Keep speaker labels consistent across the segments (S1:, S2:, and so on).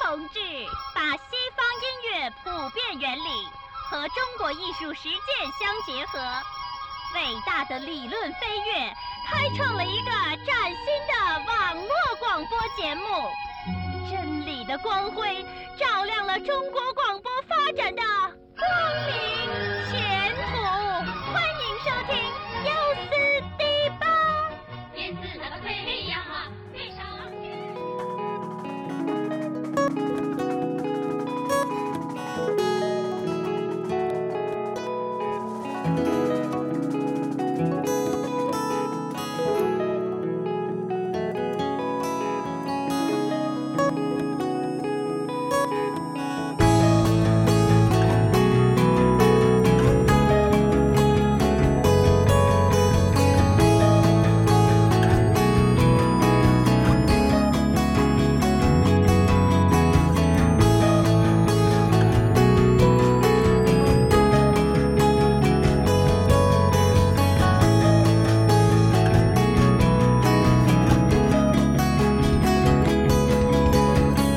S1: 同志把西方音乐普遍原理和中国艺术实践相结合，伟大的理论飞跃，开创了一个崭新的网络广播节目。真理的光辉照亮了中国广播发展的光明前途。欢迎收听优思迪吧。
S2: 燕子那个飞呀，飞上天。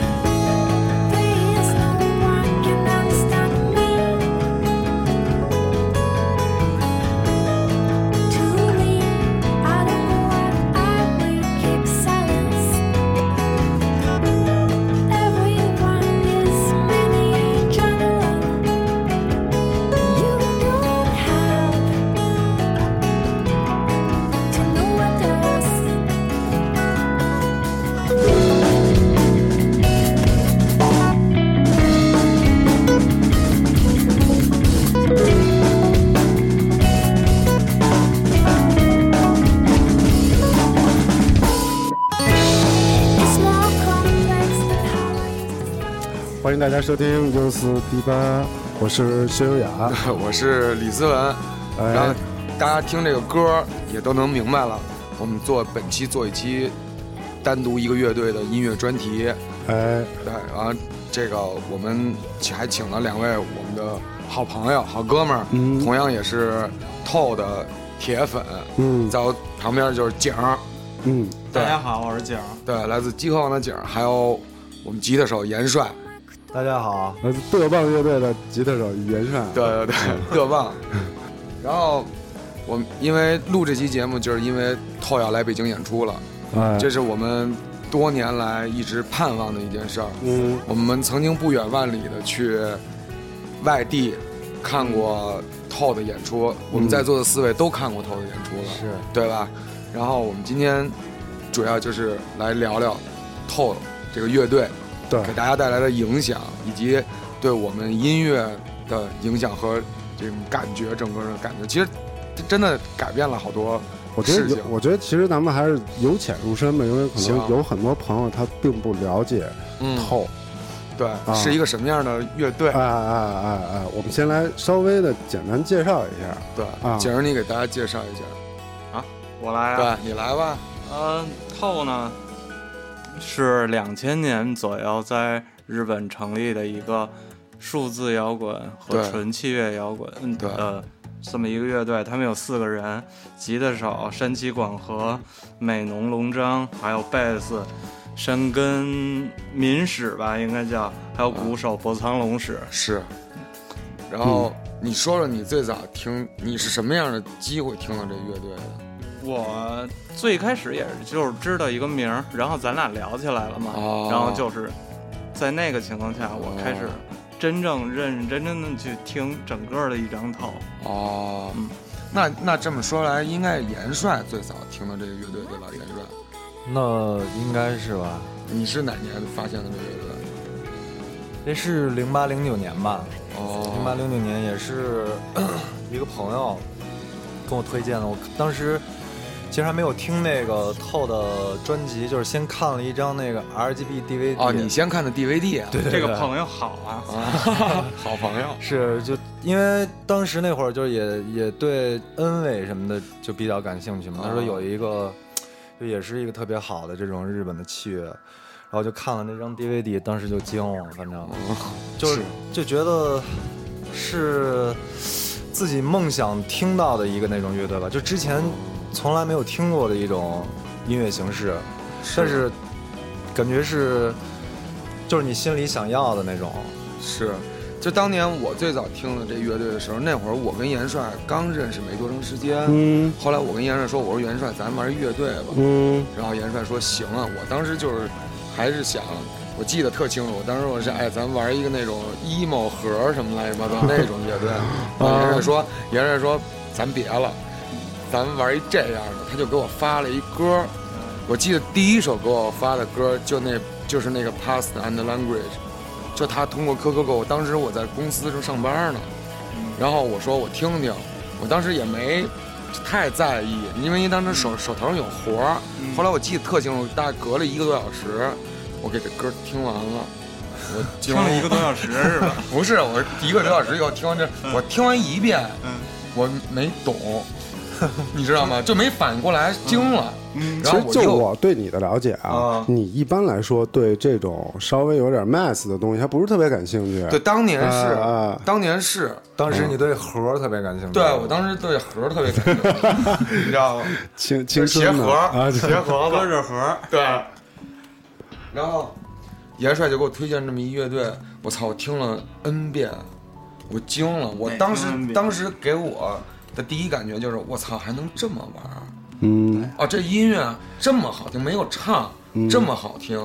S3: There is no one can understand me. Truly, I don't know why I will keep silence. Everyone is many general. You don't have to know what else. It's more complex than how I used to.
S4: 欢迎大家收听优思迪吧，我是薛优雅。
S5: 我是李思文，
S4: 哎
S5: 然后大家听这个歌也都能明白了。我们做本期做一期单独一个乐队的音乐专题，
S4: 哎，
S5: 对，然后这个我们还请了两位我们的好朋友、好哥们儿，
S4: 嗯
S5: 同样也是透的铁粉，
S4: 嗯
S5: 在我旁边就是景儿，
S4: 嗯，
S5: 对
S6: 大家好，我是景儿。
S5: 对，来自饥渴王的景儿，还有我们吉他手严帅，
S6: 大家好，
S4: 来自德棒乐队的吉他手袁善。
S5: 对对对，特棒。然后我们因为录这期节目，就是因为透要来北京演出了，
S4: 哎，
S5: 这是我们多年来一直盼望的一件事儿。
S4: 嗯
S5: 我们曾经不远万里的去外地看过透的演出，我们在座的四位都看过透的演出了，
S4: 是
S5: 对吧？然后我们今天主要就是来聊聊透这个乐队
S4: 对
S5: 给大家带来的影响，以及对我们音乐的影响和这种感觉，整个的感觉，其实这真的改变了好多
S4: 我觉得
S5: 事情
S4: 有，。我觉得其实咱们还是由浅入深吧，因为可能
S5: 行
S4: 有很多朋友他并不了解
S5: 嗯，
S4: 透。
S5: 对，是一个什么样的乐队
S4: 哎？哎哎哎，我们先来稍微的简单介绍一下。
S5: 对
S4: 啊，
S5: 景儿，你给大家介绍一下。
S6: 我来啊。
S5: 对你来吧。
S6: 嗯，透呢是两千年左右在日本成立的一个数字摇滚和
S5: 对
S6: 纯器乐摇滚，嗯
S5: 对
S6: 呃，这么一个乐队。他们有四个人，吉他手山崎广和、美浓龙章，还有贝斯山根民史吧，应该叫，还有鼓手博仓龙史。
S5: 是，然后你说说你最早听，你是什么样的机会听到这乐队的？
S6: 我最开始也是就是知道一个名儿，然后咱俩聊起来了嘛，
S5: 哦
S6: 然后就是在那个情况下，我开始真正认认真真的去听整个的一张套。
S5: 哦
S6: 嗯
S5: 那那这么说来，应该是严帅最早听到这个乐队对吧？严帅，
S7: 那应该是吧？
S5: 你是哪年发现的这个乐队？
S7: 这是零八零九年吧？零八
S5: 哦，
S7: 零九年也是 一个朋友跟我推荐的，我当时其实还没有听那个透的专辑，就是先看了一张那个 RGB DVD。
S5: 哦，你先看的 DVD 啊？对
S6: 这个朋友好啊，
S5: 啊，好朋友。
S7: 是就因为当时那会儿就是也也对恩伟什么的就比较感兴趣嘛，他说有一个就也是一个特别好的这种日本的器乐，然后就看了那张 DVD，当时就惊了，反正就是就觉得是自己梦想听到的一个那种乐队吧，就之前从来没有听过的一种音乐形式，但是感觉是就是你心里想要的那种。
S5: 是，就当年我最早听了这乐队的时候，那会儿我跟元帅刚认识没多长时间。
S4: 嗯
S5: 后来我跟元帅说：“我说元帅，咱玩乐队吧。
S4: 嗯
S5: 然后元帅说：“行啊。”我当时就是还是想，我记得特清楚，我当时我是哎，咱玩一个那种 emo 盒什么乱七八糟那种乐队。啊然后元帅说：“元帅说，咱别了，咱们玩一这样的。”他就给我发了一歌，我记得第一首给我发的歌就那就是那个 Past and Language，就他通过 QQ 给我，当时我在公司正上班呢，然后我说我听听，我当时也没太在意，因为当时手手头上有活儿。后来我记得特清楚，大概隔了一个多小时，我给这歌听完了。我
S6: 听了一个多小时是吧？
S5: 不是，我是一个多小时以后听完这，我听完一遍，
S6: 嗯
S5: 我没 懂，你知道吗？就没反应过来，惊了。
S6: 嗯
S5: 然
S4: 其
S5: 后
S4: 实
S5: 我
S4: 就
S5: 又
S4: 我对你的了解啊
S6: 啊，
S4: 你一般来说对这种稍微有点 math 的东西还不是特别感兴趣。
S5: 对，当年是
S4: 啊啊，
S5: 当年是，
S7: 当时你对盒儿特别感兴趣，
S5: 对我当时对盒儿特别感兴 趣，你知道吗？
S4: 青青
S5: 就是鞋
S4: 春的
S5: 盒
S4: 啊，
S5: 儿，
S4: 对
S5: 鞋盒子
S6: 搁，着盒儿，
S5: 对。然后元帅就给我推荐这么一乐队，我操，我听了 N 遍，我惊了。我
S6: 哪
S5: 当时
S6: 听 N 遍
S5: 当时给我的第一感觉就是，我操，还能这么玩儿
S4: 嗯，
S5: 啊！这音乐这么好听，没有唱、这么好听，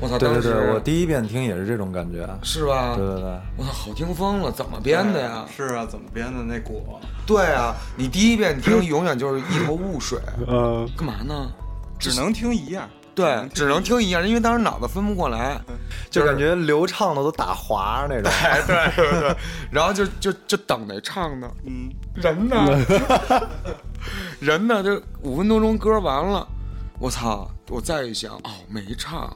S5: 我操，
S7: 对
S5: 当
S7: 嗯对
S5: 时
S7: 对，我第一遍听也是这种感觉。
S5: 是吧？
S7: 对对对，
S5: 我操，好听疯了，怎么编的呀？
S6: 是啊，怎么编的那果？
S5: 对啊，你第一遍听永远就是一头雾水，
S4: 呃，
S5: 干嘛呢？
S6: 只能听一样。
S5: 对，只能听一样，因为当时脑子分不过来，
S7: 就感觉流畅的都打滑那种。
S5: 哎，对对对， 然后就就就等那唱呢，
S6: 嗯，
S5: 人呢， 人呢，就五分多钟歌完了，我操！我再一想，哦，没唱，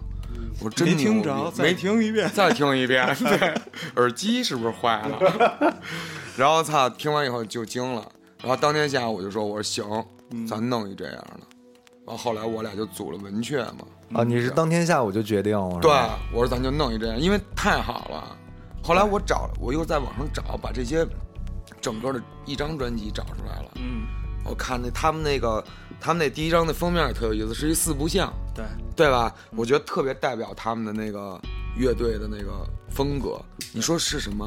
S5: 我真
S6: 没听
S5: 牛逼
S6: 着，再
S5: 没，
S6: 听一 遍。
S5: 再听一遍， 对，耳机是不是坏了？ 然后操，听完以后就惊了，然后当天下午我就说，我说行，
S6: 嗯
S5: 咱弄一这样的。然后后来我俩就组了文雀嘛，
S6: 嗯
S7: 啊，你是当天下午就决定了？是
S5: 对
S7: 吧，
S5: 我说咱就弄一这样，因为太好了。后来我找，我又在网上找，把这些整个的一张专辑找出来了。
S6: 嗯，
S5: 我看那他们那个，他们那第一张的封面也特有意思，是一四不像，
S6: 对，
S5: 对吧？我觉得特别代表他们的那个乐队的那个风格。你说是什么？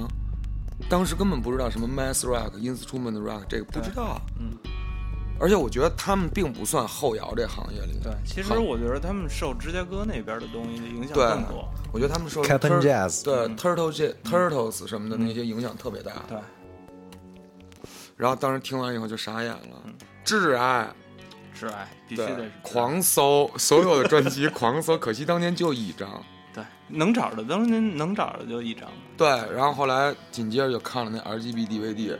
S5: 当时根本不知道什么 math rock、instrument rock 这个不知道。
S6: 嗯。
S5: 而且我觉得他们并不算后摇这行业里的。
S6: 对，其实
S5: 好
S6: 我觉得他们受芝加哥那边的东西的影响
S5: 对
S6: 更多。
S5: 我觉得他们受
S7: Captain
S5: Tur-
S7: Jazz
S5: 对 Turtle J Turtles 什么的那些影响特别大。
S6: 嗯对，
S5: 然后当时听完以后就傻眼了，挚爱，
S6: 是爱，嗯必须
S5: 对
S6: 得是，
S5: 狂 搜所有的专辑狂搜，可惜当年就一张。
S6: 对，能找着当然能找着就一张。
S5: 对，然后后来紧接着就看了那 RGB DVD，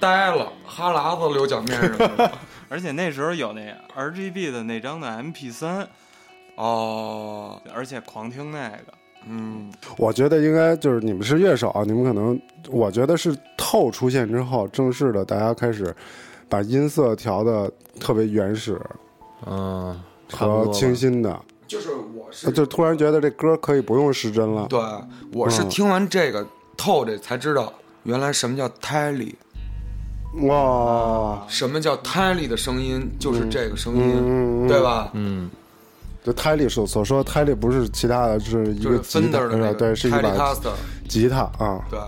S5: 呆了，哈喇子流脚面 上了。
S6: 而且那时候有那 RGB 的那张的 MP 3
S5: 哦，
S6: 而且狂听那个。
S5: 嗯，
S4: 我觉得应该就是你们是乐手，啊你们可能，我觉得是透出现之后，正式的大家开始把音色调的特别原始
S7: 嗯，差不
S4: 和
S7: 多吧
S4: 清新的，呃
S5: 就是我是
S4: 就突然觉得这歌可以不用失真了。
S5: 对，我是
S4: 嗯
S5: 听完这个透这才知道，原来什么叫胎里，
S4: 哇，
S5: 什么叫胎里的声音，就是这个声
S4: 嗯嗯
S5: 音，对吧？
S7: 嗯，
S4: 就胎里所所说，胎里不是其他的，是一
S5: 就
S4: 个
S5: 是
S4: 吉他呃
S5: Fender 的那个
S4: 对，是一
S5: t e l e c a
S4: 把
S5: s t
S4: 吉他啊。
S5: 对，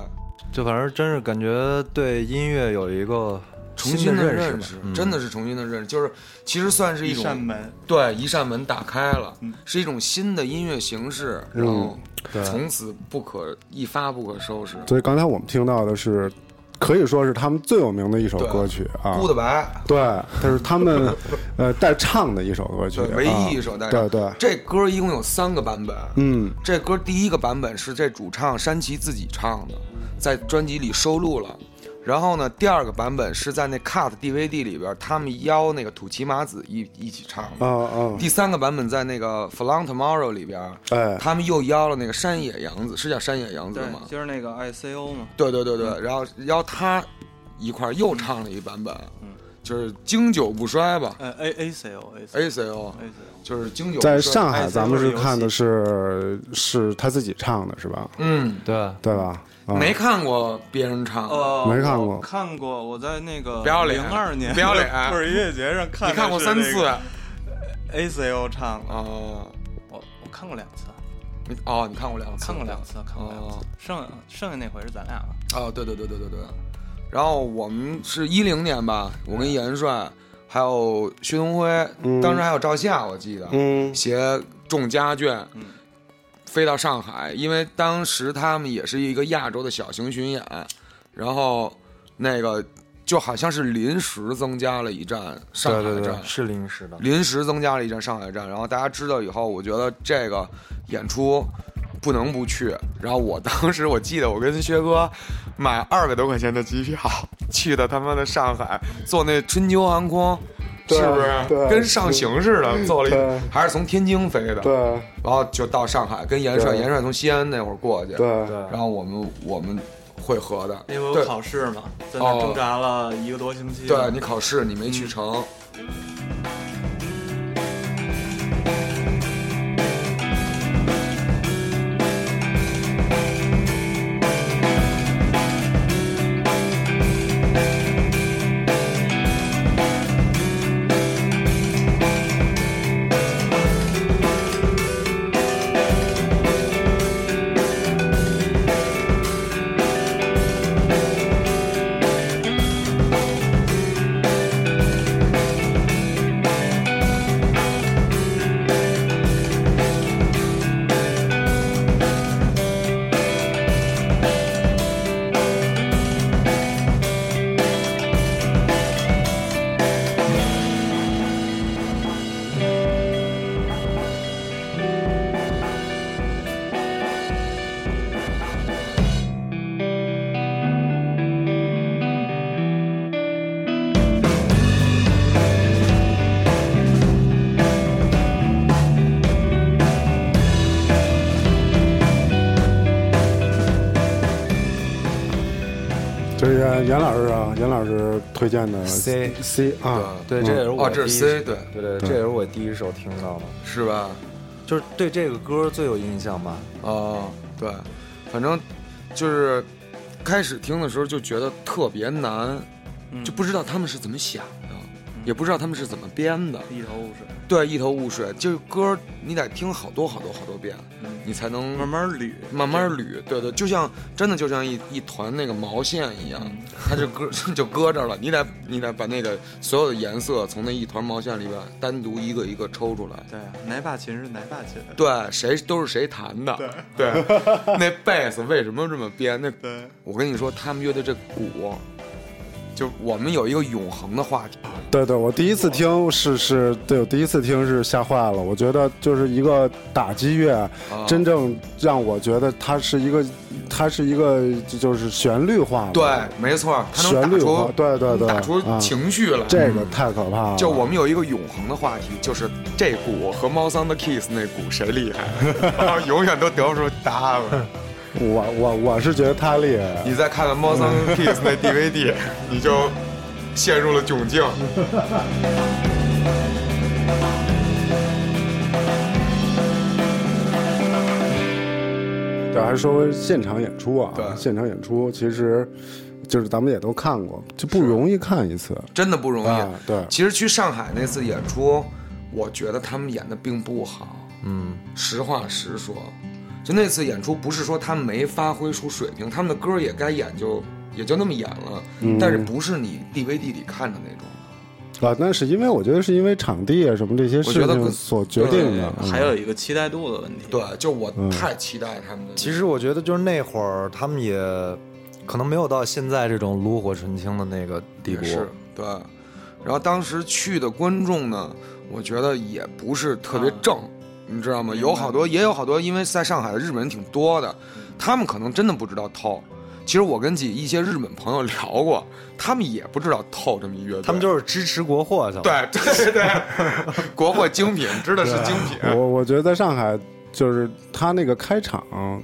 S7: 就反正真是感觉对音乐有一个
S5: 重
S7: 新
S5: 新的
S7: 认
S5: 认
S7: 识
S5: 识
S7: 吧，嗯
S5: 真的是重新的认识，就是其实算是一
S6: 一
S5: 种
S6: 扇门，
S5: 对一扇门打开了，是一种新的音乐形式，
S4: 嗯
S5: 然后
S7: 对
S5: 从此不可一发不可收拾。
S4: 所以刚才我们听到的是，可以说是他们最有名的一首
S5: 对
S4: 歌曲啊
S5: 孤。的白，
S4: 对，它是他们 呃带唱的一首歌曲
S5: 对，，唯
S4: 啊
S5: 一一首带
S4: 对
S5: 上。
S4: 对，
S5: 这歌一共有三个版本，
S4: 嗯
S5: 这歌第一个版本是这主唱山崎自己唱的，在专辑里收录了。然后呢，第二个版本是在那 Cut DVD 里边，他们邀那个土岐麻子一一起唱的。
S4: 啊啊，
S5: 第三个版本在那个《f l a n Tomorrow》里边，
S4: 哎，
S5: 他们又邀了那个山野洋子，是叫山野洋子
S6: 对
S5: 吗，？
S6: 就是那个 ICO 嘛。
S5: 对对对
S6: 嗯
S5: 对，然后邀他一块儿又唱了一版本，
S6: 嗯
S5: 就是经久不衰吧
S6: 呃，A A C O A C
S5: ，ACO
S6: O，
S5: 就是经久不衰
S4: 在上海
S6: 哎
S4: 咱们是
S6: 这个游戏
S4: 看的是是他自己唱的是吧？
S5: 嗯，
S7: 对，
S4: 对吧？啊
S5: 没看过别人唱，
S6: 呃，
S4: 没看过
S6: 我看过，我在那个
S5: 不要脸啊
S6: 零二年
S5: 不要脸
S6: 不是音乐节上看
S5: 你
S6: 的是那个，
S5: 看过三次啊？
S6: A C O 唱了，我我看过两次，
S5: 哦你哦，你看过两次，
S6: 看过两次，看过两次
S5: 哦。
S6: 剩剩下那回是咱俩吧？
S5: 哦，对对对对对对。然后我们是一零年吧，我跟严帅还有薛东辉，当时还有赵夏，我记得，
S4: 嗯
S5: 携众家眷，
S6: 嗯
S5: 飞到上海，因为当时他们也是一个亚洲的小型巡演，然后那个就好像是临时增加了一站上海
S7: 对
S5: 站，
S7: 对对，是临时的。
S5: 临时增加了一站上海站，然后大家知道以后，我觉得这个演出不能不去。然后我当时我记得我跟薛哥买二百多块钱的机票去的他妈的上海，坐那春秋航空，
S4: 对
S5: 是不
S4: 对嗯
S5: 是跟上刑似的？坐了
S4: 对
S5: 一还是从天津飞的，
S4: 对
S5: 然后就到上海，跟严帅，
S4: 对
S5: 严帅从西安那会儿过去，
S4: 对
S7: 对，
S5: 然后我们我们会合的，
S6: 因为我
S5: 对
S6: 考试嘛，在
S5: 哦
S6: 那挣扎了一个多星期。
S5: 对你考试你没去成，
S4: 这是严老师啊，严老师推荐的
S7: C
S4: C 啊，
S7: 对，这也是我
S5: 哦这是
S7: 第一
S5: C 对
S7: 对对，这也是我第一首听到的，
S5: 是吧？
S7: 就是对这个歌最有印象吧。
S5: 哦，对，反正就是开始听的时候就觉得特别难，
S6: 嗯，
S5: 就不知道他们是怎么想的，也不知道他们是怎么编的。
S6: 一头雾水，
S5: 对，一头雾水。就是歌你得听好多好多好多遍，
S6: 嗯
S5: 你才能
S6: 慢嗯慢捋，
S5: 慢慢捋。对对，就像真的就像一一团那个毛线一样，
S4: 嗯
S5: 它就搁 就搁这儿了。你得你得把那个所有的颜色从那一团毛线里边单独一个一个抽出来。
S6: 对啊，奶爸琴是奶爸琴，
S5: 对，谁都是谁弹的。对， 那贝斯为什么这么编？那
S6: 对，
S5: 我跟你说，他们乐队这鼓，就我们有一个永恒的话题。
S4: 对对，我第一次听
S5: 哦
S4: 是是，对我第一次听是吓坏了。我觉得就是一个打击
S5: 啊
S4: 乐，真正让我觉得它是一个，它是一个就就是旋律化的，
S5: 对，没错，他能
S4: 旋
S5: 打
S4: 律化
S5: 出，
S4: 对对对，
S5: 打出
S4: 啊
S5: 情绪来。
S4: 这个太可怕了。
S5: 就我们有一个永恒的话题，就是这鼓和猫桑的 Kiss 那鼓谁厉害， 然后永远都得不出答案 了。
S4: 我我我是觉得他厉害，
S5: 你再看看猫桑 Kiss 那 DVD，你就陷入了窘境。
S4: 对，还是说回现场演出啊，
S5: 对
S4: 现场演出其实就是咱们也都看过，就不容易看一次
S5: 真的不容易。
S4: 啊。对，
S5: 其实去上海那次演出，我觉得他们演的并不好。
S7: 嗯，
S5: 实话实说，就那次演出，不是说他们没发挥出水平，他们的歌也该演就也就那么演了，但是不是你 DVD 里看的那种。
S4: 啊，那是因为我觉得是因为场地啊什么这些事
S5: 我觉得
S4: 情
S5: 可
S4: 所决定的。嗯
S6: 还有一个期待度的问题。，
S5: 对，就我太期待他们的。
S7: 其实我觉得就是那会儿他们也可能没有到现在这种炉火纯青的那个地
S5: 也
S7: 步，
S5: 是对，然后当时去的观众呢，我觉得也不是特别正。你知道吗？有好多，也有好多，因为在上海的日本人挺多的，他们可能真的不知道透。其实我跟几一些日本朋友聊过，他们也不知道透这么一乐队，
S7: 他们就是支持国货去了。
S5: 对 对对对， 国货精品，知道是精品。
S4: 我我觉得在上海就是他那个开场
S5: 啊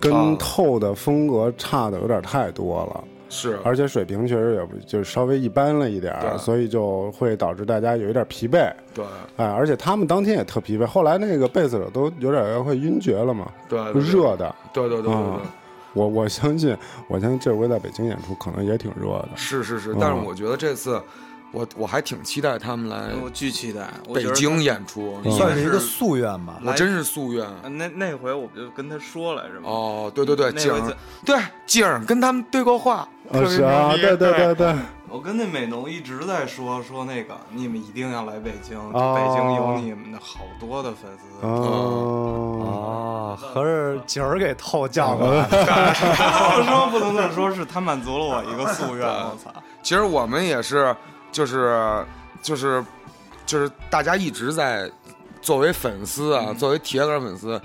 S4: 跟透的风格差的有点太多了，
S5: 是
S4: 而且水平确实也不就稍微一般了一点儿，
S5: 嗯对
S4: 所以就会导致大家有一点疲惫。
S5: 对
S4: 哎，而且他们当天也特疲惫，后来那个贝斯手都有点快晕厥了嘛，
S5: 呃对对对
S4: 热的。
S5: 对对对对对
S4: 嗯，我我相信，我相信这回在北京演出可能也挺热的。
S5: 是是是。但是我觉得这次我我还挺期待他们来
S6: 我巨期待。我
S5: 北
S6: 觉得
S5: 京演出，
S4: 嗯
S7: 算是一个夙愿吧。
S5: 我真是夙愿。啊
S6: 他那那回我不就跟他说来着吗？
S5: 哦，对对对，
S6: 那
S5: 景
S6: 回
S5: 儿
S6: 在，
S5: 对景儿跟他们对过话，特
S4: 啊
S5: 别
S4: 是啊，
S5: 牛逼
S4: 对对对对，
S6: 我跟那美农一直在说说那个，你们一定要来北京，
S4: 哦
S6: 北京有你们的好多的粉丝。
S4: 哦，
S7: 哦，合着景儿给透酱了。
S6: 我说不能再说是他满足了我一个夙愿，我操！
S5: 其实我们也是，就是就是就是大家一直在作为粉丝
S4: 嗯
S5: 啊，作为铁杆粉丝。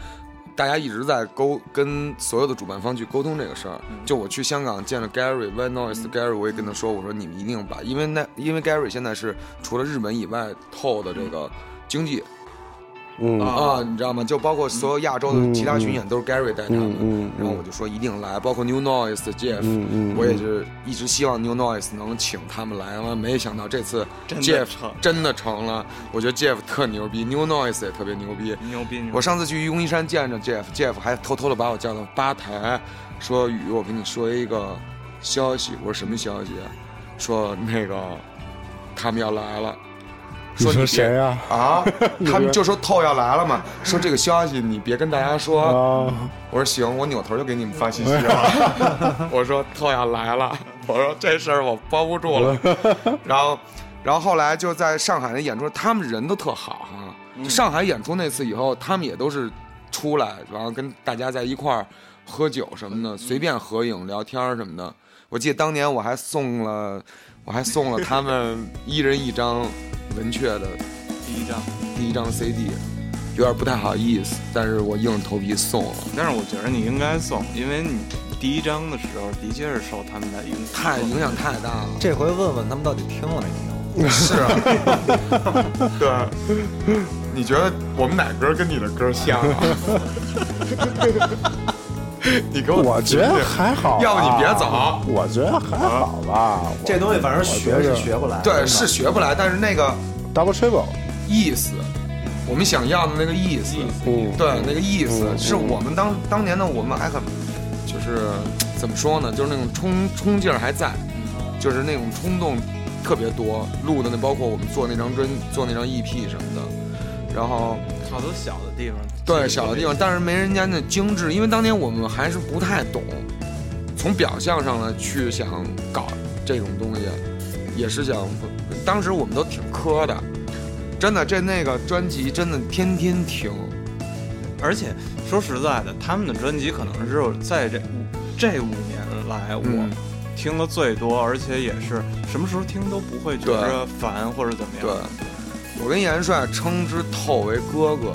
S5: 大家一直在沟跟所有的主办方去沟通这个事儿。
S4: 嗯
S5: 就我去香港见了 Gary Van Noise 的 Gary，我也跟他说，我说你们一定把，因为那因为 Gary 现在是除了日本以外透的这个经济
S4: 嗯
S5: 啊，你知道吗？就包括所有亚洲的其他巡演都是 Gary 带他
S4: 嗯
S5: 们
S4: 嗯，
S5: 然后我就说一定来，包括 New Noise 的 Jeff，
S4: 嗯嗯，
S5: 我也是一直希望 New Noise 能请他们来，完了没想到这次
S6: 真的
S5: Jeff
S6: 成
S5: 真的成了，我觉得 Jeff 特牛逼，New Noise 也特别牛逼。
S6: 牛逼！牛逼
S5: 我上次去庸医山见着 Jeff，Jeff 还偷偷的把我叫到吧台，说雨，我跟你说一个消息，我说什么消息啊？说那个他们要来了。
S4: 你
S5: 你
S4: 说
S5: 别
S4: 谁呀？
S5: 啊？他们就说透要来了嘛，说这个消息你别跟大家说。
S4: 啊，
S5: 我说行，我扭头就给你们发信息了。我说特要来了，我说这事儿我包不住了。然后，然后后来就在上海的演出，他们人都特好哈、就上海演出那次以后，他们也都是出来，然后跟大家在一块儿喝酒什么的，随便合影聊天儿什么的。我记得当年我还送了，我还送了他们一人一张文雀的
S6: 第一张，
S5: 第一张 CD，有点不太好意思，但是我硬着头皮送了。
S6: 但是我觉得你应该送，因为你第一张的时候的确是受他们的影响，
S5: 太影响太大了。
S7: 这回问问他们到底听了没听？
S5: 是 啊，对，你觉得我们哪歌跟你的歌像啊？你给我，
S4: 我觉得还好，
S5: 要不你别走，啊
S4: 我觉得还好吧，
S7: 这东西反正学是学不来的。
S5: 对，是学不来，但是那个
S4: double triple，
S5: 意思，我们想要的那个意思，
S4: 嗯，
S5: 对，那个意思
S4: 嗯
S5: 是我们当当年呢，我们还很，就是怎么说呢，就是那种冲冲劲儿还在，就是那种冲动特别多，录的那包括我们做那张专做那张 EP 什么的，然后。
S6: 好多小的地方。
S5: 对，小的地方，但是没人家那精致，因为当年我们还是不太懂，从表象上来去想搞这种东西，也是想，当时我们都挺磕的，真的，这那个专辑真的天天听，
S6: 而且说实在的，他们的专辑可能是在这五这五年来
S5: 嗯
S6: 我听了最多，而且也是什么时候听都不会觉着烦或者怎么样。
S5: 对，我跟严帅称之透为哥哥，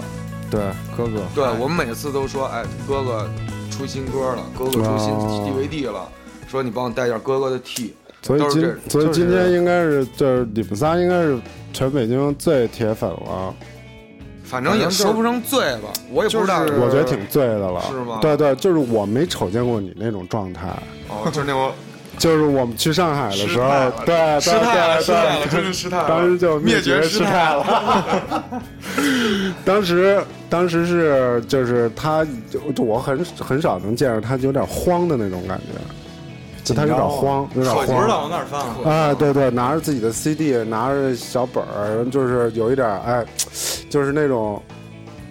S7: 对，哥哥，
S5: 对我们每次都说，哎，哥哥出新歌了，哥哥出新
S4: 哦
S5: DVD 了，说你帮我带一下哥哥的 T，
S4: 所以
S5: 都是这
S4: 今
S5: 种
S4: 所以
S7: 就是
S4: 今天应该是就是你们仨应该是全北京最铁粉了，
S5: 反正也说不上醉吧，我也不知道，
S4: 我觉得挺醉的了，
S5: 是吗
S4: 对对，就是我没瞅见过你那种状态，
S5: 哦，就是那种。
S4: 就是我们去上海的时候，对，
S5: 失态了，
S4: 对
S5: 失态了，
S4: 对
S5: 真是失态了，
S4: 当时就
S5: 灭绝
S4: 失
S5: 失态
S4: 态了。 当时，当时是就是他，就我很很少能见着他有点慌的那种感觉，就他有点慌，有点
S6: 我不知
S4: 慌。
S6: 道往哪儿放了。
S4: 啊，对对，拿着自己的 CD，拿着小本儿，就是有一点儿哎，就是那种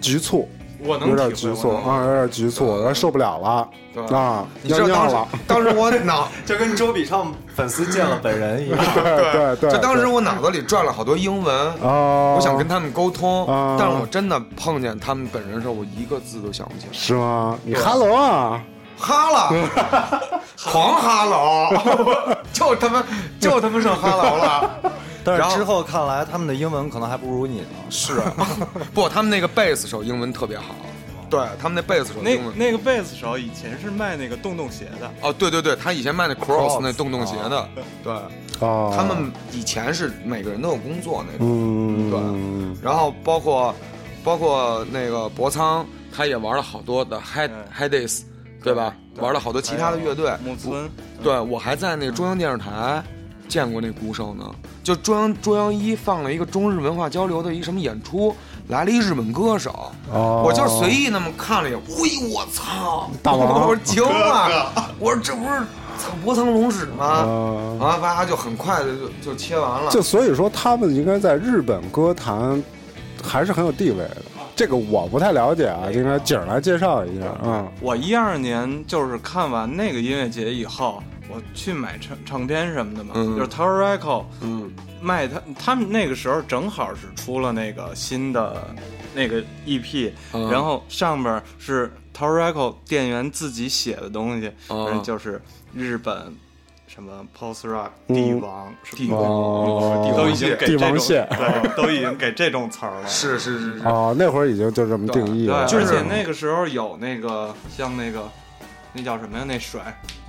S4: 局促，
S6: 我
S4: 有点
S6: 体
S4: 局
S6: 会
S4: 促
S6: 我能
S4: 啊，有点局促，然后受不了了
S5: 对
S4: 啊，
S5: 你知
S4: 要尿
S5: 道当时
S4: 了。，
S5: 当时我 脑，
S7: 就跟周笔畅粉丝见了本人一 样。
S4: 对对对，
S5: 就当时
S4: 对
S5: 我脑子里转了好多英文，
S4: 哦，
S5: 我想跟他们沟通
S4: 啊，
S5: 但是我真的碰见他们本人的时候，我一个字都想不起来。
S4: 是吗？你 hello 啊，
S5: 哈了，狂哈喽， 就他妈就他妈剩哈喽 了。
S7: 但
S5: 然后
S7: 是之后看来，他们的英文可能还不如你呢。
S5: 是，不，他们那个贝斯手英文特别好，对他们那贝斯手
S6: 那
S5: 英文。
S6: 那个贝斯手以前是卖那个洞洞鞋的，
S5: 哦，对对对，他以前卖那 Cross
S7: Cross，
S5: 那洞洞鞋的，对，
S4: 哦，
S5: 他们以前是每个人都有工作那种，
S4: 嗯，
S5: 对然后包括包括那个博仓，他也玩了好多的 Head
S6: 嗯
S5: Headaches，对吧？玩了好多其他的乐队。
S6: 哎木
S5: 我
S6: 村，
S5: 对我还在那个中央电视台见过那鼓手呢，就中央中央一放了一个中日文化交流的一什么演出，来了一日本歌手，
S4: 哦
S5: 我哎就是随意那么看了一眼，喂，我操！啊
S4: 大王
S5: 我说惊了，我说这不是
S7: 操，波腾龙史吗？
S4: 啊
S5: 啊，哇，就很快的就就切完了。
S4: 就所以说，他们应该在日本歌坛还是很有地位的。这个我不太了解啊，应该景儿来介绍一下啊。
S6: 我一二年就是看完那个音乐节以后，我去买唱唱片什么的嘛，
S5: 嗯
S6: 就是 Tower Record
S5: 嗯
S6: 卖他他们那个时候正好是出了那个新的那个 EP，、
S5: 嗯
S6: 然后上面是 Tower Record 店员自己写的东西，
S5: 哦
S6: 反正就是日本。什么 post rock
S5: 嗯
S6: 帝王，是帝
S4: 哦
S6: 都已经给这
S4: 帝王
S6: 种
S4: 蟹
S6: 对，都已经给这种词儿了。
S5: 是是是是，
S4: 哦，那会儿已经就这么定义
S6: 对，
S4: 了，
S6: 而且那个时候有那个像那个那叫什么呀？那水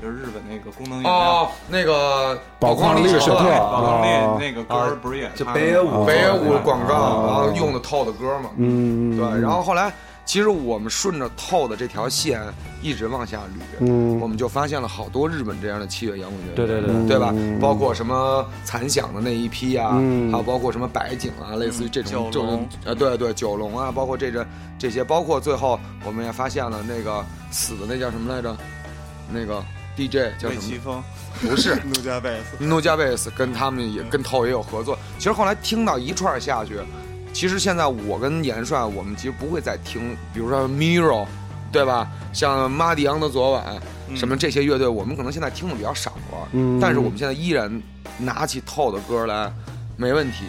S6: 就是日本那个功能饮料，
S5: 哦，那个
S4: 宝矿力
S5: 力啊
S4: 雪特
S6: 宝矿
S4: 哦
S6: 力那个歌儿
S7: 啊
S6: 不是也
S7: 就
S6: 他
S7: 北野
S6: 们
S7: 武
S5: 北野武
S7: 对
S5: 广告，
S4: 哦
S5: 然后用的 TOD 的歌嘛。
S4: 嗯，
S5: 对，然后后来其实我们顺着 TOD 的这条线一直往下捋，
S4: 嗯
S5: 我们就发现了好多日本这样的器乐摇滚乐队。
S7: 对对对
S4: 嗯
S5: 对吧？包括什么残响的那一批啊，
S4: 嗯
S5: 还有包括什么白景啊，类似于这种
S6: 九龙
S5: 这种呃，对对，九龙啊，包括这这这些，包括最后我们也发现了那个死的那叫什么来着？那个 DJ 叫
S6: 魏
S5: 什么
S6: 奇？峰，
S5: 不是
S6: 陆家贝斯，
S5: 诺加贝斯，跟他们也跟涛也有合作。其实后来听到一串下去，其实现在我跟严帅，我们其实不会再听，比如说 Miro，对吧？像马迪昂的昨晚，
S6: 嗯
S5: 什么这些乐队，我们可能现在听的比较少了，
S4: 嗯
S5: 但是我们现在依然拿起透的歌来，没问题。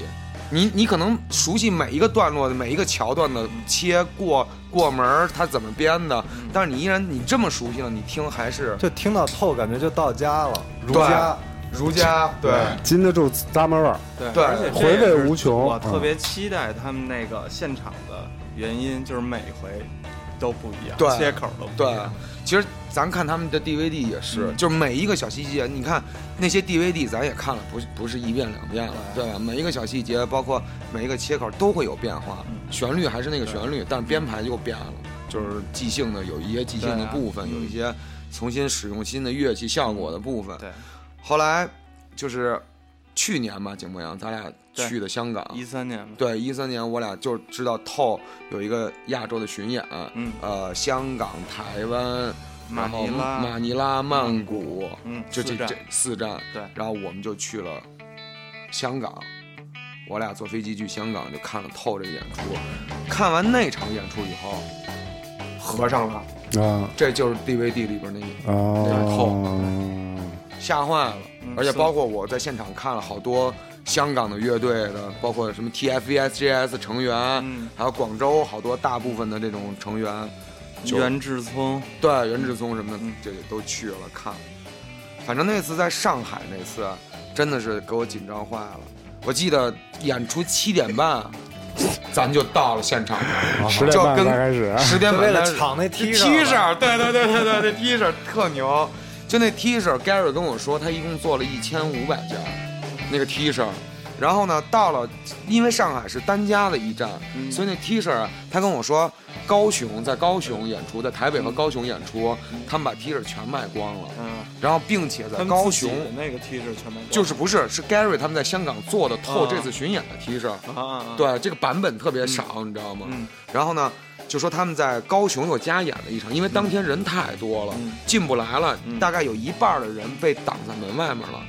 S5: 你你可能熟悉每一个段落、每一个桥段的切过过门儿，它怎么编的，但是你依然你这么熟悉了，你听还是
S7: 就听到透，感觉就到家了，儒
S5: 对
S7: 家。
S5: 儒家对
S4: 禁得住咂摸味儿，
S6: 对
S5: 对
S6: 而且这
S4: 回味
S6: 也是
S4: 无穷嗯
S6: 我特别期待他们那个现场的原因，就是每回都不一样，
S5: 对
S6: 切口都不
S5: 对
S6: 一样。，
S5: 其实咱看他们的 DVD 也是，
S6: 嗯
S5: 就是每一个小细节，你看那些 DVD 咱也看了，不是不是一遍两遍了，
S6: 嗯
S5: 对吧？每一个小细节，包括每一个切口都会有变化，
S6: 嗯
S5: 旋律还是那个旋律，但是编排又变了，就是即兴的有一些即兴的
S6: 对啊嗯
S5: 部分，有一些重新使用新的乐器效果的部分。
S6: 对，
S5: 后来就是去年吧，景博洋，咱俩
S6: 对
S5: 去的香港，
S6: 一三年嘛，
S5: 对，一三年我俩就知道透有一个亚洲的巡演，
S6: 嗯
S5: 呃，香港、台湾、
S6: 马
S5: 然后
S6: 尼拉
S5: 马尼拉、曼谷，
S6: 嗯
S5: 就这
S6: 四站
S5: 这四站，
S6: 对
S5: 然后我们就去了香港，我俩坐飞机去香港就看了透这个演出，看完那场演出以后，合上了，
S4: 啊
S5: 这就是 DVD 里边那一
S4: 啊，
S5: 吓坏了
S6: 嗯，
S5: 而且
S6: 是
S5: 包括我在现场看了好多香港的乐队的，包括什么 E TFESJS 成员，
S6: 嗯
S5: 还有广州好多大部分的这种成员，就
S6: 袁志聪，
S5: 对袁志聪什么的
S6: 嗯，
S5: 这也都去了看。反正那次在上海那次，真的是给我紧张坏了。我记得演出七点半，咱就到了现场了，
S4: 十点
S5: 就
S4: 半
S5: 跟
S4: 才开始，
S5: 十点
S7: 就
S5: 半
S7: 为
S5: 开
S7: 了
S5: 始
S7: 抢那 T
S5: 恤
S7: 恤
S5: 儿，对对对对对，那 T 恤儿特牛。就那 T 恤儿，Gary 跟我说他一共做了一千五百件儿，那个 T 恤儿。然后呢，到了，因为上海是单家的一站，
S6: 嗯
S5: 所以那 T 恤儿啊，他跟我说，高雄在高雄演出，在台北和高雄演出，他们把 T 恤儿全卖光了，
S6: 嗯，
S5: 然后并且在
S6: 他们
S5: 高
S6: 自己
S5: 雄，
S6: 的那个 T 恤全卖光了，
S5: 就是不是是 Gary 他们在香港做的透
S6: 啊
S5: 这次巡演的 T 恤儿，
S6: 啊啊，啊，
S5: 对，这个版本特别少，你知道吗？
S6: 嗯
S5: 然后呢，就说他们在高雄又加演了一场，因为当天人太多了，
S6: 嗯
S5: 进不来了，
S6: 嗯
S5: 大概有一半的人被挡在门外面了，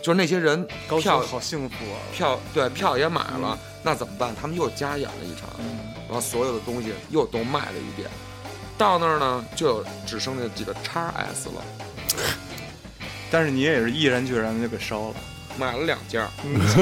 S5: 就是那些人
S6: 高
S5: 票
S6: 雄好幸福啊，
S5: 票对票也买了，那怎么办？他们又加演了一场，
S6: 嗯
S5: 然后所有的东西又都卖了一遍，到那儿呢就有只剩下几个 x S 了，
S6: 但是你也是毅然决然的就给烧了，
S5: 买了两件儿，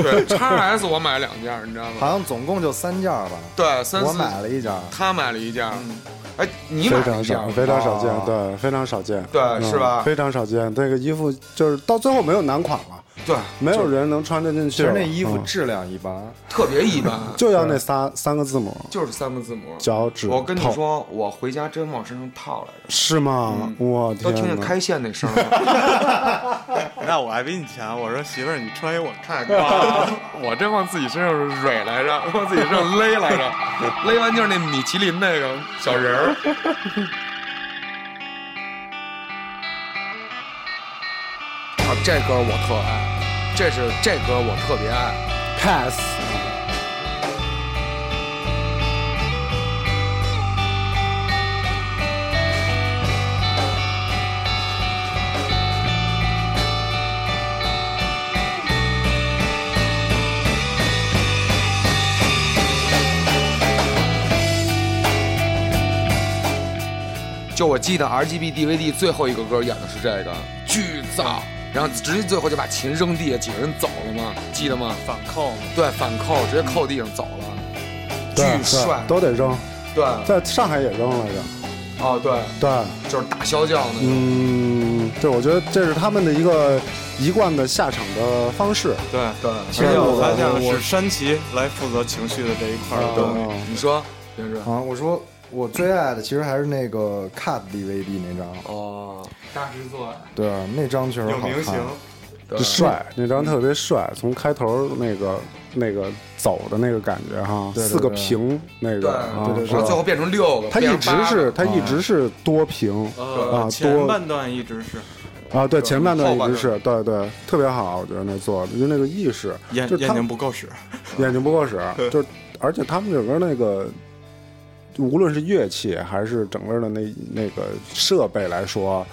S5: 对 x S 我买了两件儿，你知道
S7: 好
S5: 吗？
S7: 像总共就三件儿吧。
S5: 对，三
S7: 我
S5: 四
S7: 买了一件儿，
S5: 他买了一件儿，
S6: 嗯
S5: 哎，你买
S4: 非
S5: 了
S4: 常
S5: 一件儿
S4: 少，非常少
S7: 啊
S4: 见，对，非常少见，
S5: 对
S4: 嗯
S5: 是吧
S4: 非常少见，这个衣服就是到最后没有男款了，
S5: 对，
S4: 没有人能穿得进
S7: 其
S4: 去
S7: 实
S4: 了。
S7: 那衣服
S4: 嗯
S7: 质量一般，
S5: 特别一般，
S4: 就要那仨三个字母，
S5: 就是三个字母。
S4: 脚趾。
S5: 我跟你
S4: 头，
S5: 说，我回家真往身上套来着，
S4: 是吗？我
S5: 嗯都
S4: 天
S5: 听见
S4: 哪
S5: 开线那声了，
S6: 那我还比你强，我说媳妇儿你穿一我看
S5: 太高了！我真往自己身上蕊来着，往自己身上勒来着，勒完就是那米其林那个小人儿。啊，这歌我特爱，这是这歌我特别爱。
S4: pass。
S5: 我就我记得 RGB DVD 最后一个歌演的是这个，巨燥，然后直接最后就把琴扔地下，几个人走了嘛，记得吗？
S6: 反扣嘛。
S5: 对，反扣直接扣地上走了，巨
S4: 对
S5: 帅
S4: 对，。都得扔，
S5: 对，
S4: 在上海也扔来着。
S5: 哦对，
S4: 对，
S5: 就是打消降的。
S4: 嗯，对，我觉得这是他们的一个一贯的下场的方式。
S6: 对，
S5: 对，
S6: 其实我发现了
S7: 我
S6: 是山崎来负责情绪的这一块儿的东西。
S4: 嗯
S5: 你说，平时
S7: 啊，我说我最爱的其实还是那个 Cut DVD 那张，
S5: 哦，
S6: 大制作
S7: 对，啊那张确实
S6: 有
S7: 好
S6: 明星
S7: 看。，
S5: 对
S4: 就帅，
S5: 嗯
S4: 那张特别帅，从开头那个那个走的那个感觉哈，
S7: 对对
S4: 四个
S7: 对
S4: 屏那
S5: 对嗯
S4: 个，啊
S7: 对对
S5: 然后最后变成六个，
S4: 他
S5: 变
S4: 一
S5: 成八
S4: 直
S5: 个
S4: 是他一
S5: 嗯
S4: 直是多屏
S6: 呃，
S4: 啊
S6: 前
S4: 多
S6: 半段一直是
S4: 啊，对前半段
S5: 后
S4: 一
S5: 半
S4: 直是对对特别好，我觉得那做的就那个意 识，
S6: 眼
S4: 就他
S6: 眼睛不够使，
S4: 眼睛不够使，就而且他们整个那个，无论是乐器还是整个的那那个设备来说，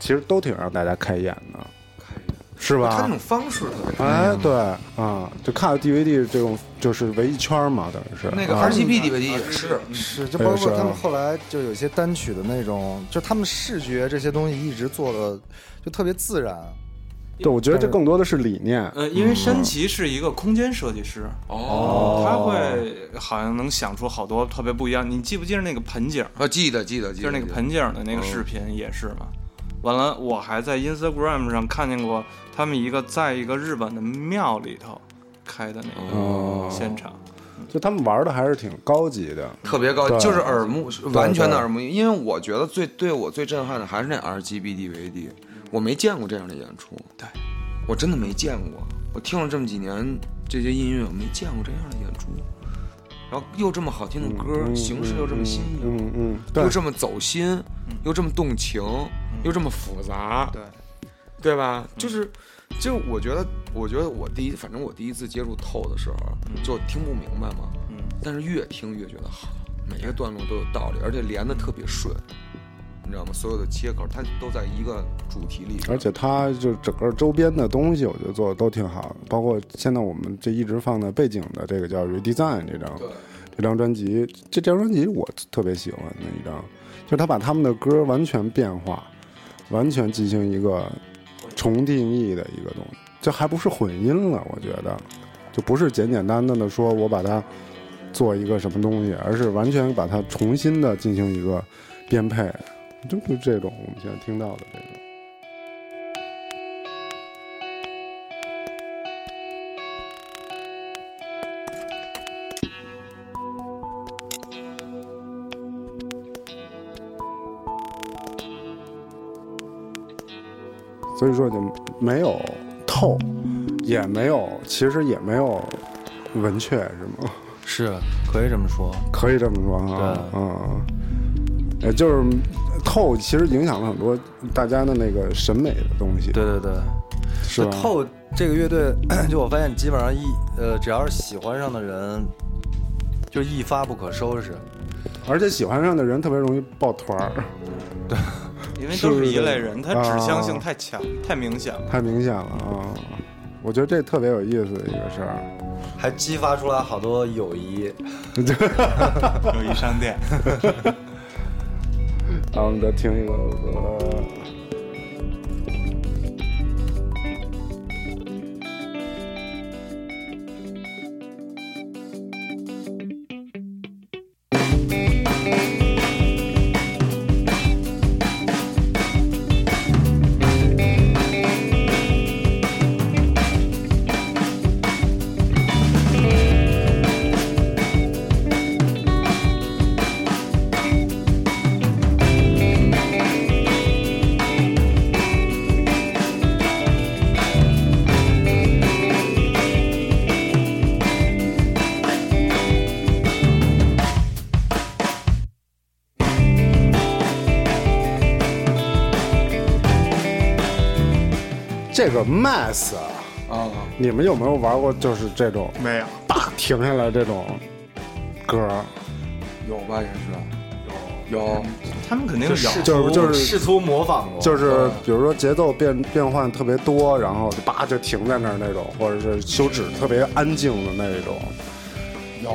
S4: 其实都挺让大家开眼的，是
S5: 他那
S4: 吧
S5: 种？方式特别好。
S4: 哎，对啊，就看 DVD 这种就是围一圈嘛，等于是
S5: 那个
S4: 啊
S5: RGB DVD 也是，
S7: 是，就包
S4: 哎是
S7: 括
S4: 啊
S7: 他们后来就有些单曲的那种，就他们视觉这些东西一直做的就特别自然。
S4: 啊对，我觉得这更多的是理念，
S6: 呃，因为山崎是一个空间设计师，
S5: 哦，
S6: 他会好像能想出好多特别不一样。你记不记得那个盆景儿？
S5: 啊，记得记得记
S6: 就
S5: 得，
S6: 是那个盆景儿的那个视频也是嘛。完了，我还在 Instagram 上看见过他们一个在一个日本的庙里头开的那
S4: 哦
S6: 个现场。
S4: 就他们玩的还是挺高级的。
S5: 特别高，
S4: 对
S5: 就是耳目，完全的
S4: 对
S5: 耳目，因为我觉得最对我最震撼的还是那 RGB DVD，我没见过这样的演出，
S6: 对，
S5: 我真的没见过，我听了这么几年这些音乐，我没见过这样的演出，然后又这么好听的歌，
S4: 嗯
S5: 形式又这么新颖，
S4: 嗯嗯，对
S5: 又，这么走心，又这么动情，又这么复杂，
S6: 对，
S5: 嗯对嗯吧？就是，就我觉得，我觉得我第一，反正我第一次接触透的时候，啊就听不明白嘛，
S6: 嗯，
S5: 但是越听越觉得好，每一个段落都有道理，而且连的特别顺，你知道吗？所有的切口它都在一个主题里边，
S4: 而且它就整个周边的东西，我觉得做的都挺好的，包括现在我们这一直放的背景的这个叫《Redesign》这张这张专辑，这张专辑我特别喜欢的一张，就是他把他们的歌完全变化，完全进行一个重定义的一个东西，这还不是混音了，我觉得就不是简简单单的说我把它做一个什么东西，而是完全把它重新的进行一个编配，就就这种我们现在听到的这种。所以说就没有透，也没有，其实也没有文雀，是吗？
S7: 是，可以这么说。
S4: 可以这么说啊，
S7: 对
S4: 嗯，也就是透，其实影响了很多大家的那个审美的东西，
S7: 对对对，
S4: 是吧？
S7: 就透这个乐队， 就我发现基本上一呃，只要是喜欢上的人，就一发不可收拾。
S4: 而且喜欢上的人特别容易抱团儿，
S6: 因为都是一
S4: 是
S6: 类人，他指向
S5: 哦
S6: 性太强、太明显了。
S4: 太明显了啊！我觉得这特别有意思的一个事儿。
S7: 还激发出来好多友谊。
S6: 友谊 商店，
S4: 然后我们再听一个，呃，这个 Mass 啊，
S5: 啊，
S4: 你们有没有玩过？就是这种
S6: 没有，
S4: 大停下来这种歌儿，
S5: 有吧也是，有有，
S6: 他们肯定有。
S4: 就是就是
S7: 试图模仿过，
S4: 就是比如说节奏变变换特别多，然后就叭就停在那儿那种，或者是休止特别安静的那种。啊
S5: 有，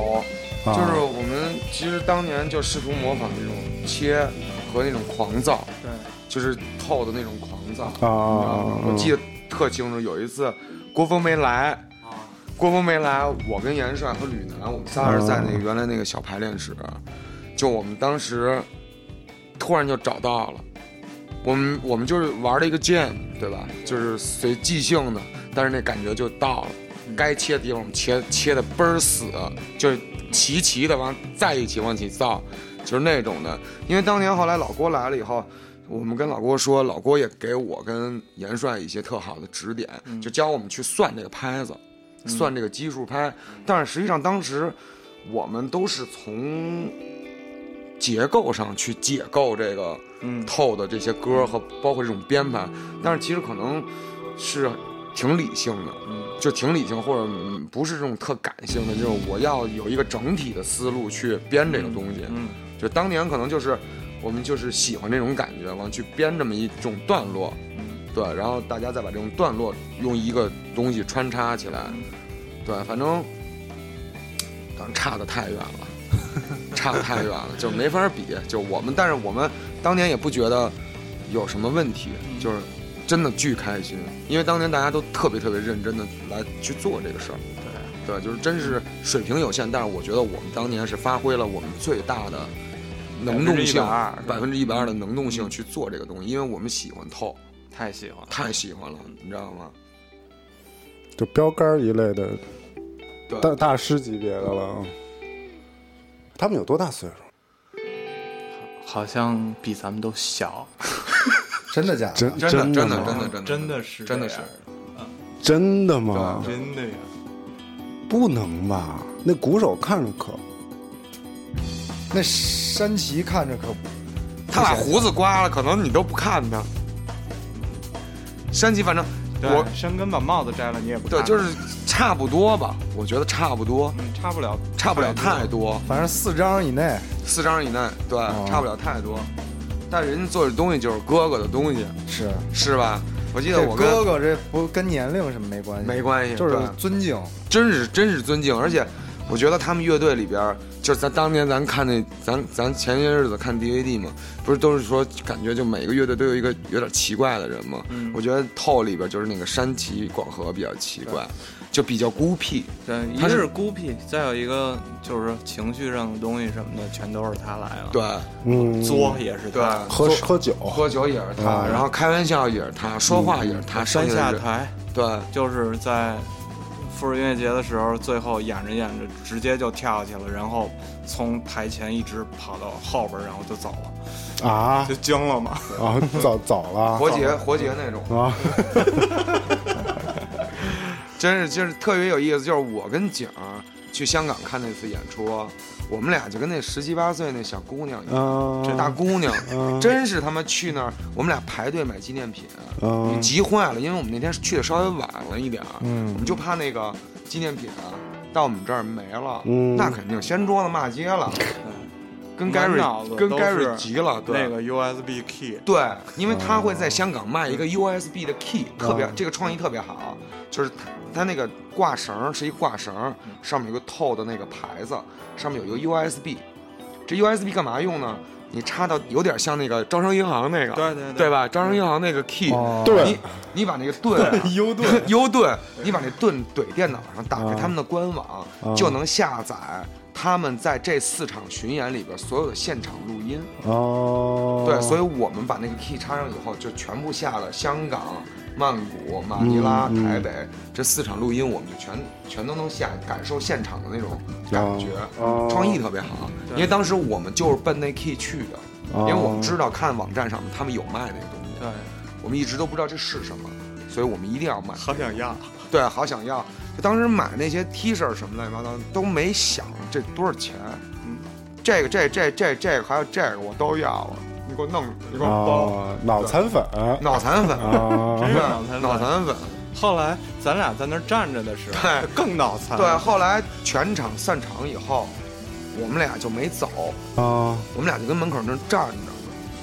S5: 就是我们其实当年就试图模仿这种切和那种狂躁，
S6: 对，
S5: 就是透的那种狂躁。
S4: 啊，
S5: 我记得特清楚，有一次郭峰没来，
S6: 啊，
S5: 郭峰没来，我跟严帅和吕楠，我们仨是在那个原来那个小排练室，就我们当时突然就找到了，我们我们就是玩了一个 jam，对吧？就是随即兴的，但是那感觉就到了，该切的地方我们切切的倍儿死，就是齐齐的往在一起往起造，就是那种的。因为当年后来老郭来了以后。我们跟老郭说，老郭也给我跟严帅一些特好的指点，就教我们去算这个拍子。
S6: 嗯
S5: 算这个基数拍，但是实际上当时我们都是从结构上去解构这个
S6: 嗯
S5: 透的这些歌和包括这种编排，但是其实可能是挺理性的，
S6: 嗯
S5: 就挺理性，或者嗯不是这种特感性的，就是我要有一个整体的思路去编这个东西。
S6: 嗯
S5: 就当年可能就是我们就是喜欢这种感觉，完去编这么一种段落，对，然后大家再把这种段落用一个东西穿插起来，对，反正，当然差的太远了，差的太远了，就没法比。就我们，但是我们当年也不觉得有什么问题，就是真的巨开心，因为当年大家都特别特别认真的来去做这个事儿。对，就是真是水平有限，但是我觉得我们当年是发挥了我们最大的能动性，
S6: 120%
S5: 百分之一百二嗯的能动性去做这个东西，因为我们喜欢透，
S6: 太喜欢了。
S5: 太喜欢了，你知道吗？
S4: 就标杆儿一类的
S5: 对，
S4: 大大师级别的了。啊他们有多大岁数？
S6: 好像比咱们都小，嗯
S7: 真的假的？
S4: 真
S5: 真的，真
S4: 的
S5: 的，
S4: 吗
S5: 真的，真的，
S6: 真的是
S5: 真的是
S6: 这样
S4: 真的
S5: 啊
S4: 吗？
S6: 真的呀，
S4: 不能吧？那鼓手看着可
S7: 那山崎看着可
S5: 他把胡子刮了，可能你都不看他。山崎，反正我
S6: 对，山根把帽子摘了，你也不
S5: 对
S6: 看
S5: 就是差不多吧，我觉得差不多，
S6: 嗯，差不了，
S5: 差不了太多，
S7: 反正四张以内，
S5: 四张以内，对，差不了太多。但人家做的东西就是哥哥的东西，
S7: 是
S5: 是吧？我记得
S7: 这
S5: 我跟
S7: 哥哥这不跟年龄什么没关系，
S5: 没关系，
S7: 就是
S5: 对
S7: 尊敬。
S5: 真是真是尊敬，而且我觉得他们乐队里边儿，就是咱当年咱看那咱咱前些日子看 DVD 嘛，不是都是说感觉就每个乐队都有一个有点奇怪的人嘛？我觉得透里边就是那个山崎广和比较奇怪，就比较孤僻，
S6: 对，一
S5: 他
S6: 个
S5: 是
S6: 是孤僻，再有一个就是情绪上的东西什么的，全都是他来了。
S5: 对，
S4: 嗯，
S6: 作也是
S5: 对
S6: 他，
S4: 喝喝酒，
S5: 喝酒也是他，
S4: 啊
S5: 然后开玩笑也是他，说话也是他，剩
S6: 嗯山
S5: 下
S6: 下
S5: 的人
S6: 台
S5: 对。
S6: 就是在富士音乐节的时候，最后演着演着直接就跳下去了，然后从台前一直跑到后边，然后就走 了，
S4: 啊
S6: 就惊了嘛。
S4: 啊，早早了
S5: 活结活结那种，
S4: 啊，
S5: 真是就是特别有意思。就是我跟景儿去香港看那次演出，我们俩就跟那十七八岁那小姑娘一样，
S4: 嗯，
S5: 这大姑娘，
S4: 嗯
S5: 真是他妈去那儿，我们俩排队买纪念品，
S4: 嗯
S5: 你急坏了，因为我们那天去的稍微晚了一点儿，我
S7: 嗯
S5: 们就怕那个纪念品啊到我们这儿没了，
S4: 嗯
S5: 那肯定掀桌子骂街了，嗯跟
S6: 满
S5: Gary
S6: 脑子
S5: 跟
S6: 都
S5: Gary
S6: 是
S5: 急了，啊对
S6: 那。个 USB key，
S5: 对，因为他会在香港卖一个 USB 的 key，、特别这个创意特别好，就是他他那个挂绳儿是一挂绳儿，上面有个透的那个牌子，上面有一个 USB，这 USB 干嘛用呢？你插到有点像那个招商银行那个，
S6: 对对对
S5: 对吧？招商银行那个 key，、
S7: 哦。
S5: 你
S4: 对，
S5: 你把那个盾、啊
S7: 优盾
S5: U 盾，你把那盾怼电脑上，打开
S4: 啊
S5: 他们的官网，
S4: 啊
S5: 就能下载他们在这四场巡演里边所有的现场录音。
S4: 哦，
S5: 对，所以我们把那个 key 插上以后，就全部下了香港、曼谷、马尼拉、
S4: 嗯嗯
S5: 台北这四场录音，我们就全全都能下，感受现场的那种感觉，
S4: 哦
S5: 创意特别好。因为当时我们就是奔那 key 去的，因
S4: 哦
S5: 为我们知道看网站上面他们有卖那个东西，
S6: 对，
S5: 我们一直都不知道这是什么，所以我们一定要买。
S6: 好想要。
S5: 对，好想要。就当时买那些 T 恤什么乱七八糟都没想这多少钱，
S6: 嗯
S5: 这个这这这这个还有这个我都要了，你给我弄，你给我包。
S4: 啊，脑残粉
S5: 脑残粉，
S4: 啊，
S6: 真是脑
S5: 对
S6: 残粉
S5: 脑残粉。
S6: 后来咱俩在那儿站着的时候
S5: 对，
S6: 更脑残。
S5: 对，啊后来全场散场以后，我们俩就没走，
S4: 啊，
S5: 我们俩就跟门口那儿站着。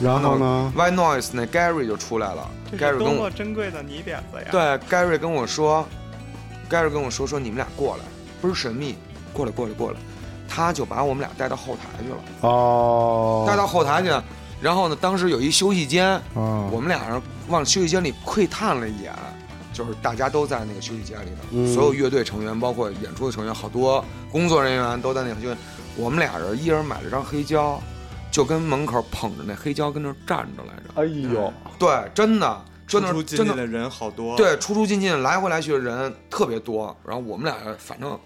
S4: 然后呢？
S5: ？White Noise 那 Gary 就出来了
S6: 这是
S5: ，Gary 跟我
S6: 珍贵的泥点子呀！
S5: 对 Gary 跟我说，Gary 跟我说说你们俩过来，倍儿神秘，过来过来过来，他就把我们俩带到后台去了。带
S4: 哦，
S5: 到后台去，然后呢，当时有一休息间，
S4: 啊，
S5: 我们俩人往休息间里窥探了一眼，就是大家都在那个休息间里头，
S4: 嗯
S5: 所有乐队成员，包括演出的成员，好多工作人员都在那个休息。我们俩人一人买了张黑胶，就跟门口捧着那黑胶跟那儿站着来着。
S4: 哎呦，
S5: 对，真的，真的
S6: 哦出进
S5: 真
S6: 去
S5: 的，
S6: 的人好多，，
S5: 对，出出进进，来回来去的人特别多。然后我们俩反正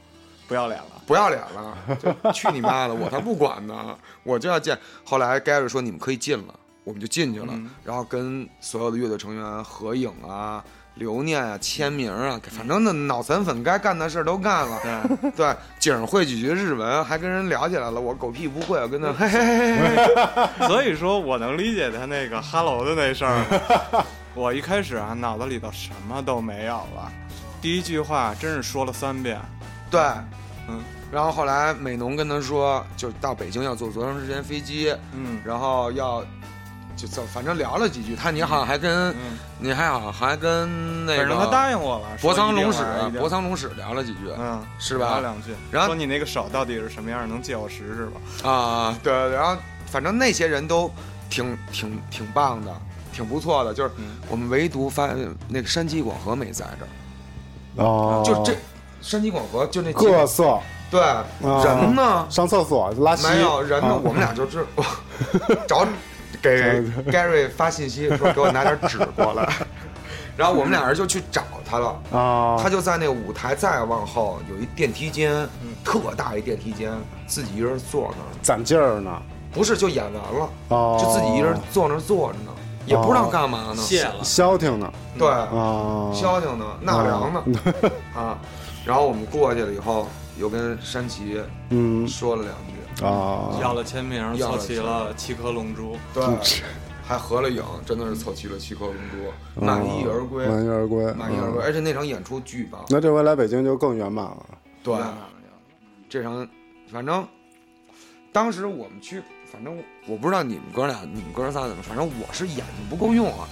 S6: 不要脸了。
S5: 不要脸了，就去你妈的！我才不管呢，我就要见。后来 Gary 说你们可以进了，我们就进去了，
S6: 嗯
S5: 然后跟所有的乐队成员合影啊、留念啊、签名啊，反正那脑残粉该干的事儿都干了。
S6: 对，
S5: 对，景儿会几句日文，还跟人聊起来了。我狗屁不会，我跟他嘿嘿嘿嘿嘿。
S6: 所以说我能理解他那个哈喽的那事儿。我一开始啊，脑子里头什么都没有了，第一句话真是说了三遍。
S5: 对，
S6: 嗯。
S5: 然后后来美农跟他说，就到北京要坐多长时间飞机，
S6: 嗯
S5: 然后要就就反正聊了几句。他你好像还跟、
S6: 嗯，
S5: 你还好像还跟那
S6: 反
S5: 个
S6: 正他答应我了，
S5: 博
S6: 说
S5: 仓
S6: 一定
S5: 龙
S6: 玩
S5: 史啊
S6: 儿一，定
S5: 博仓龙史聊了几句
S6: 嗯，
S5: 是
S6: 聊
S5: 吧
S6: 两句，
S5: 然后
S6: 说你那个手到底是什么样，能借我试试吧？
S5: 啊，对，然后反正那些人都挺挺挺棒的，挺不错的，就是
S6: 嗯
S5: 我们唯独发那个山鸡广和没在这儿，
S4: 哦，
S5: 嗯就这山鸡广和就那几
S4: 各色，哦
S5: 对人呢
S4: 上厕所拉稀，
S5: 没有人呢
S4: 啊，
S5: 我们俩就知 找给 Gary 发信息说给我拿点纸过来， 然后我们俩人就去找他了。
S4: 啊，
S5: 他就在那舞台再往后有一电梯间，
S4: 嗯
S5: 特大一电梯间，自己一人坐那儿，
S4: 攒劲儿呢，
S5: 不是就演完了，
S4: 哦，
S5: 就自己一人坐那儿坐着呢，也不知道干嘛呢，
S6: 了
S4: 消停呢，
S5: 对，
S4: 啊，
S5: 消停呢，纳凉呢，
S4: 嗯
S5: 啊，然后我们过去了以后，又跟山崎
S4: 嗯
S5: 说了两句，
S4: 啊，
S6: 要了签名，
S5: 要
S6: 凑
S5: 了
S6: 齐
S5: 签名
S6: 了七颗龙珠。
S4: 嗯
S5: 对，还合了影，真的是凑齐了七颗龙珠，满意而归，
S4: 哦满意而归，
S5: 满意而归，
S4: 嗯
S5: 而且那场演出巨棒，
S4: 那这回来北京就更圆满了，
S5: 对，这场反正当时我们去，反正我不知道你们哥俩、你们哥仨怎么，反正我是眼睛不够用啊，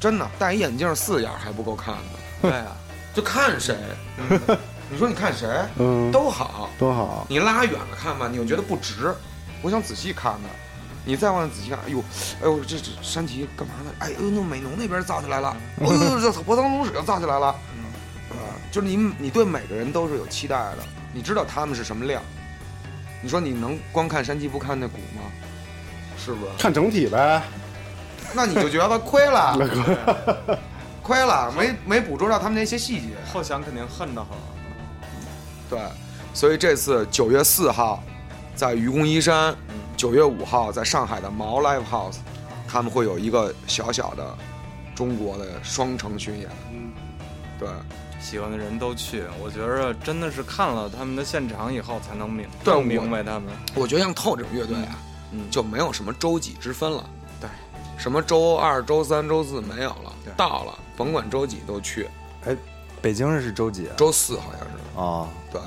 S5: 真的戴一眼镜四眼还不够看呢，
S6: 对啊，
S5: 就看 谁，你说你看谁
S4: 嗯，
S5: 都好，
S4: 多好，
S5: 你拉远了看吧，你又觉得不值，我想仔细看看。你再往仔细看，哎呦，哎呦，这这山崎干嘛呢？哎呦，那美浓那边造起来了，哎呦，这博桑龙史又造起来了，啊，就是你你对每个人都是有期待的，你知道他们是什么料。你说你能光看山崎不看那鼓吗？是不是？
S4: 看整体呗，
S5: 那你就觉得亏了，亏了，没没捕捉到他们那些细节。
S6: 后想肯定恨得很。
S5: 对，所以这次九月四号在愚公移山，九月五号在上海的毛 Live House，他们会有一个小小的中国的双城巡演。
S6: 嗯
S5: 对，
S6: 喜欢的人都去，我觉着真的是看了他们的现场以后才能明
S5: 对
S6: 更
S5: 我
S6: 明白他们。
S5: 我觉得像透这种乐队啊，
S6: 嗯，
S5: 就没有什么周几之分了。
S6: 对，
S5: 什么周二、周三、周四没有了
S6: 对，
S5: 到了甭管周几都去，
S7: 哎，北京是周几啊？
S5: 周四好像是。
S7: 啊，
S5: 对，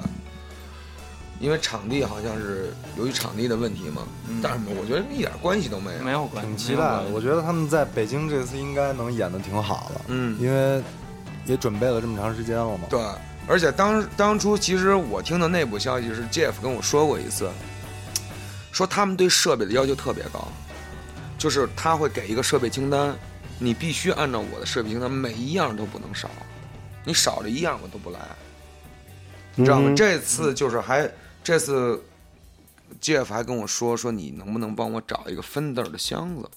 S5: 因为场地好像是由于场地的问题嘛，但是我觉得一点关系都没有。
S6: 嗯没有关系，
S7: 挺期待的。我觉得他们在北京这次应该能演的挺好的，
S5: 嗯
S7: 因为也准备了这么长时间了嘛。
S5: 对，而且当当初其实我听的内部消息是 Jeff 跟我说过一次，说他们对设备的要求特别高，就是他会给一个设备清单，你必须按照我的设备清单，每一样都不能少，你少了一样我都不来，你知道吗？
S4: 嗯
S5: 这次就是还这次 Jeff 还跟我说说你能不能帮我找一个 Fender 的箱子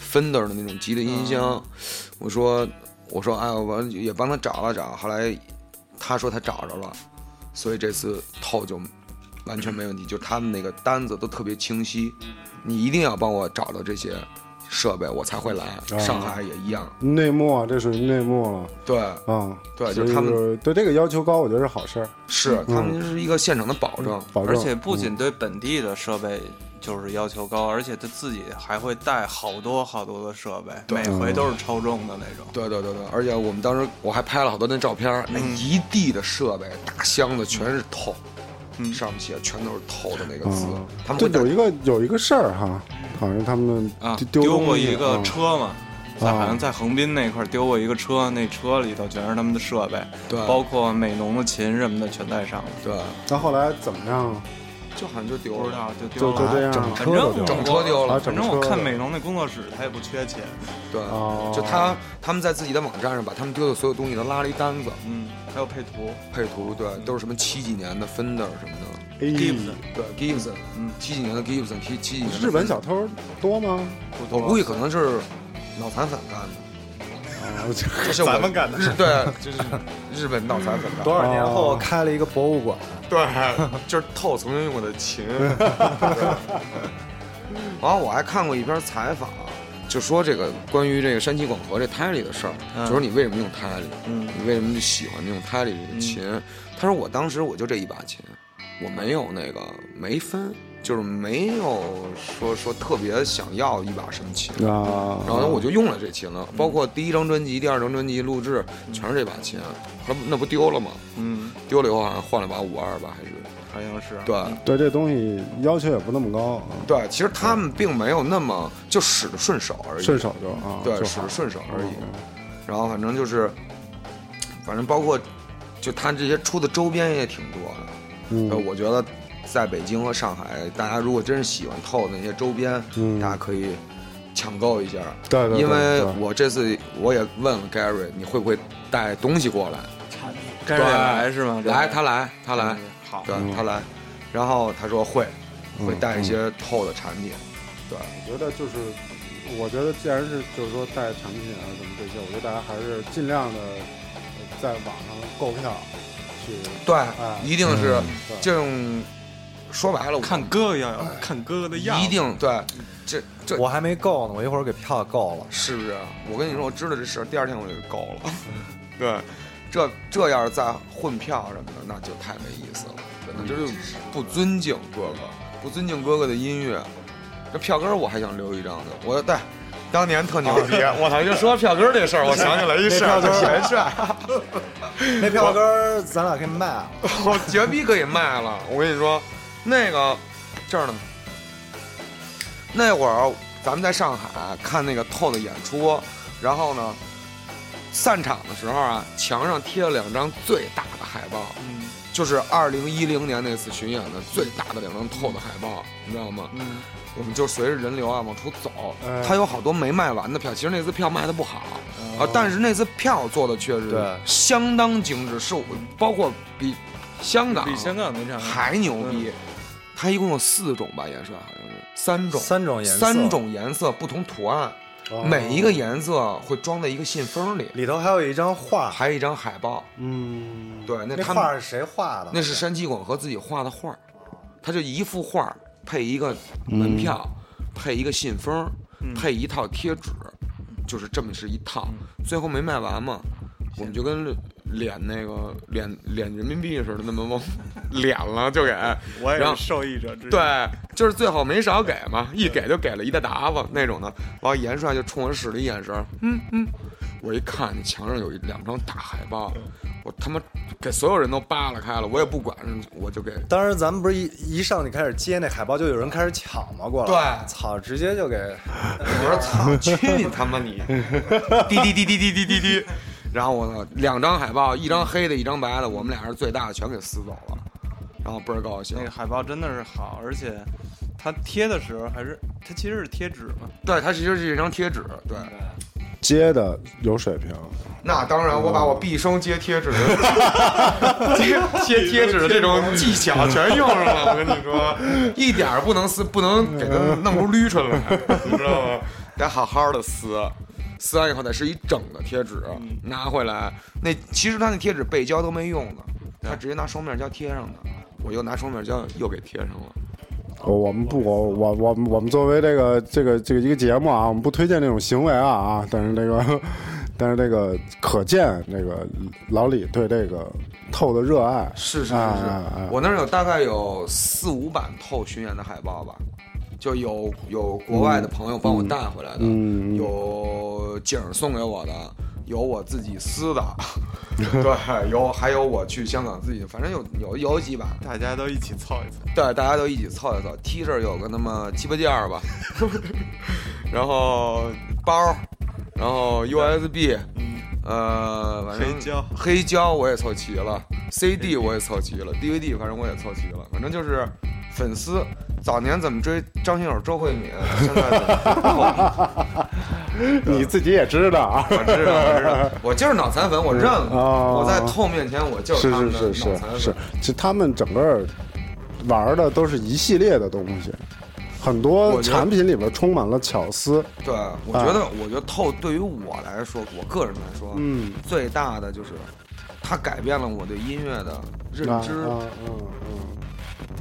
S5: ，Fender 的那种吉他音箱，我说我说哎，我也帮他找了找，后来他说他找着了，所以这次透就完全没问题，就他们那个单子都特别清晰，你一定要帮我找到这些设备，我才会来。上海也一样，
S4: 内幕啊，这属于内幕了
S5: 对，
S4: 啊，
S5: 对
S4: 所
S5: 就
S4: 以
S5: 是他们
S4: 是对这个要求高，我觉得是嗯好事儿，
S5: 是他们是一个现场的保证，
S4: 保证，
S6: 而且不仅对本地的设备就是要求高，而且他自己还会带好多好多的设备，每
S4: 嗯
S6: 回都是超重的那种。
S5: 对对对对，而且我们当时我还拍了好多那照片儿，那
S6: 嗯
S5: 一地的设备，大箱子全是透，
S6: 嗯
S5: 上面写的全都是透的那个字
S4: 嗯，
S5: 他们
S4: 这
S5: 会带
S4: 有一个有一个事儿哈，好像他们
S6: 啊，
S4: 丢
S6: 丢
S4: 东西
S6: 过一个
S4: 啊
S6: 车嘛，在好像在横滨那块儿丢过一个车，那车里头全是他们的设备，
S5: 对
S6: 包括美农的琴什么的全带上了。
S5: 对，
S4: 那后来怎么样？啊
S5: 就好像就丢
S6: 不知
S5: 了。
S6: 道就丢
S4: 就
S6: 了。
S4: 就这样
S7: 整
S4: 啊
S7: 车
S6: 反正
S5: 整
S6: 我
S7: 都丢了
S5: 车丢了
S4: 啊整
S6: 反正我
S4: 车
S6: 看
S4: 的
S6: 美农那工作室，他也不缺钱。
S5: 对，
S4: 哦
S5: 就他他们在自己的网站上把他们丢的所有东西都拉了一单子，
S6: 嗯，还有配图，
S5: 配图对，
S6: 嗯
S5: 都是什么七几年的 Fender 什么的，
S4: 哎
S6: Gibson
S5: 对 Gibson，
S6: 嗯
S5: 七几年的 Gibson，七七几年的 Fender
S4: 日本小，偷多吗？
S6: 不多
S5: 我估计可能是脑残粉干 的，
S4: 啊，我觉得
S5: 这是我
S7: 咱们干的
S5: 日对，就是日本脑残粉干
S7: 多
S5: 的，
S7: 少年后
S4: 哦
S7: 开了一个博物馆，
S5: 对，就是透曾经用过的琴。 对然后我还看过一篇采访，就说这个关于这个山崎广和这胎里的事儿，
S6: 嗯
S5: 就说你为什么用胎里，
S6: 嗯
S5: 你为什么就喜欢用胎里这个琴？他说我当时我就这一把琴，我没有那个没分，就是没有说说特别想要一把什么琴。
S4: 啊，
S5: 然后我就用了这琴了，包括第一张专辑、第二张专辑录制，全是这把琴。啊他那不丢了吗？
S6: 嗯，
S5: 丢了以后好像换了把五二吧，还是
S6: 好像是。
S5: 对，
S4: 对这东西要求也不那么高啊，
S5: 对，其实他们并没有那么就使得顺手而已，
S4: 顺手就啊，
S5: 对，
S4: 就
S5: 使
S4: 好
S5: 得顺手而已。
S4: 嗯
S5: 然后反正就是，反正包括就他这些出的周边也挺多的。呃，
S4: 嗯，
S5: 我觉得在北京和上海，大家如果真是喜欢透的那些周边，
S4: 嗯
S5: 大家可以抢购一下。
S4: 对对对
S5: 因为
S4: 对
S5: 我这次我也问了 Gary，你会不会带东西过来？
S6: 该
S5: 对
S6: 来是吗？
S5: 来，他来，他来，
S6: 嗯好
S5: 对，
S4: 嗯
S5: 他来。然后他说会，会
S4: 嗯
S5: 带一
S4: 嗯
S5: 些透的产品。对，
S4: 我觉得就是，我觉得既然是就是说带产品啊什么这些，我觉得大家还是尽量的呃在网上购票去，
S5: 对，
S4: 哎
S5: 一定是
S4: 对
S5: 这种。说白了，我
S6: 看哥要要看哥哥的样子，
S5: 一定对，这这
S7: 我还没够呢，我一会儿给票够了。
S5: 是不是？我跟你说，我知道这事儿，第二天我就够 了。对，这这要是再混票什么的，那就太没意思了，真的，这就不尊敬哥哥，不尊敬哥哥的音乐。这票根儿我还想留一张呢，我对。当年特牛逼，哦我操！就说票根儿这事儿，我想起来一事儿， 全帅，
S7: 那票根儿咱俩可以卖了，
S5: 我绝逼可以卖了。我跟你说，那个这儿呢，那会儿咱们在上海看那个透的演出，然后呢，散场的时候啊，墙上贴了两张最大的海报，
S6: 嗯
S5: 就是二零一零年那次巡演的最大的两张透的海报，你知道吗？
S6: 嗯，
S5: 我们就随着人流啊往出走
S4: 哎，
S5: 它有好多没卖完的票，其实那次票卖的不
S6: 哎
S5: 好。啊，但是那次票做的确实
S7: 对
S5: 相当精致，是我包括比香港
S6: 比香港嗯那场
S5: 还牛逼。它一共有四种吧，颜色好像是三种，
S7: 三种颜色，
S5: 三种颜色不同图案，
S4: 哦
S5: 每一个颜色会装在一个信封里，
S7: 里头还有一张画，
S5: 还有一张海报。
S4: 嗯，
S5: 对，那
S7: 啊那
S5: 他
S7: 画
S5: 们
S7: 是谁画的？
S5: 那是山崎广和自己画的画儿，他就一幅画儿配一个门票，
S6: 嗯
S5: 配一个信封，配一套贴纸，就是这么是一套。
S6: 嗯
S5: 最后没卖完嘛，我们就跟脸那个脸脸人民币似的，那么往脸了就给，
S6: 我也
S5: 然后
S6: 是受益者之一。
S5: 对，就是最后没少给嘛，一给就给了一大沓子那种的。然后严帅就冲我使了一眼神儿，嗯嗯。我一看墙上有一两张大海报，我他妈给所有人都扒拉开了，我也不管，我就给
S7: 当时咱们不是一一上去开始接那海报，就有人开始抢嘛过来，
S5: 对
S7: 操，直接就给
S5: 我说操，去你他妈你！ 滴滴滴滴滴滴滴滴。然后我呢，两张海报，一张黑的，一张白的，我们俩是最大的，全给撕走了，然后倍儿高兴
S6: 那。个海报真的是好，而且它贴的时候还是它其实是贴纸嘛，
S5: 对，它其实是一张贴纸，对。
S4: 接的有水平，
S5: 那当然，我把我毕生接贴纸的接接贴纸的这种技巧全用上 了。我跟你说，一点儿不能撕，不能给它弄出捋出来， 你知道吗？嗯得好好的撕，撕完以后得是一整的贴纸，拿回来。那其实他那贴纸背胶都没用呢，他直接拿双面胶贴上的。我又拿双面胶又给贴上了。
S4: 我我们不，我我我们我们作为这个这个这个一个节目啊，我们不推荐这种行为啊啊，但是这个 但是这个可见这个老李对这个透的热爱，
S5: 是是是
S4: 啊啊
S5: 是
S4: 啊，
S5: 我那儿有大概有四五版透巡演的海报吧，就有有国外的朋友帮我带回来的，
S4: 嗯嗯嗯
S5: 有景儿送给我的，有我自己撕 的，对，有还有我去香港自己，反正有有有几版，
S6: 大家都一起凑一凑。
S5: 对，大家都一起凑一凑，T 恤有个那么七八件儿吧， 然后包，然后 USB，呃，反正
S6: 黑胶
S5: 黑胶我也凑齐了，CD 我也凑齐了，DVD 反正我也凑齐了，反正就是粉丝早年怎么追张学友、周慧敏，现在怎么？
S4: 你自己也知道啊。
S5: 我知道，我知道，我就是脑残粉，我认了。
S4: 哦
S5: 我在透面前，我就是他
S4: 是
S5: 们的
S4: 是
S5: 脑
S4: 是
S5: 残粉。
S4: 是，其实他们整个玩的都是一系列的东西，很多
S5: 我觉得
S4: 产品里边充满了巧思。
S5: 对，我觉得，我觉得透对于我来说，我个人来说，
S4: 嗯，
S5: 最大的就是它改变了我对音乐的认
S4: 啊
S5: 知，
S4: 啊嗯嗯，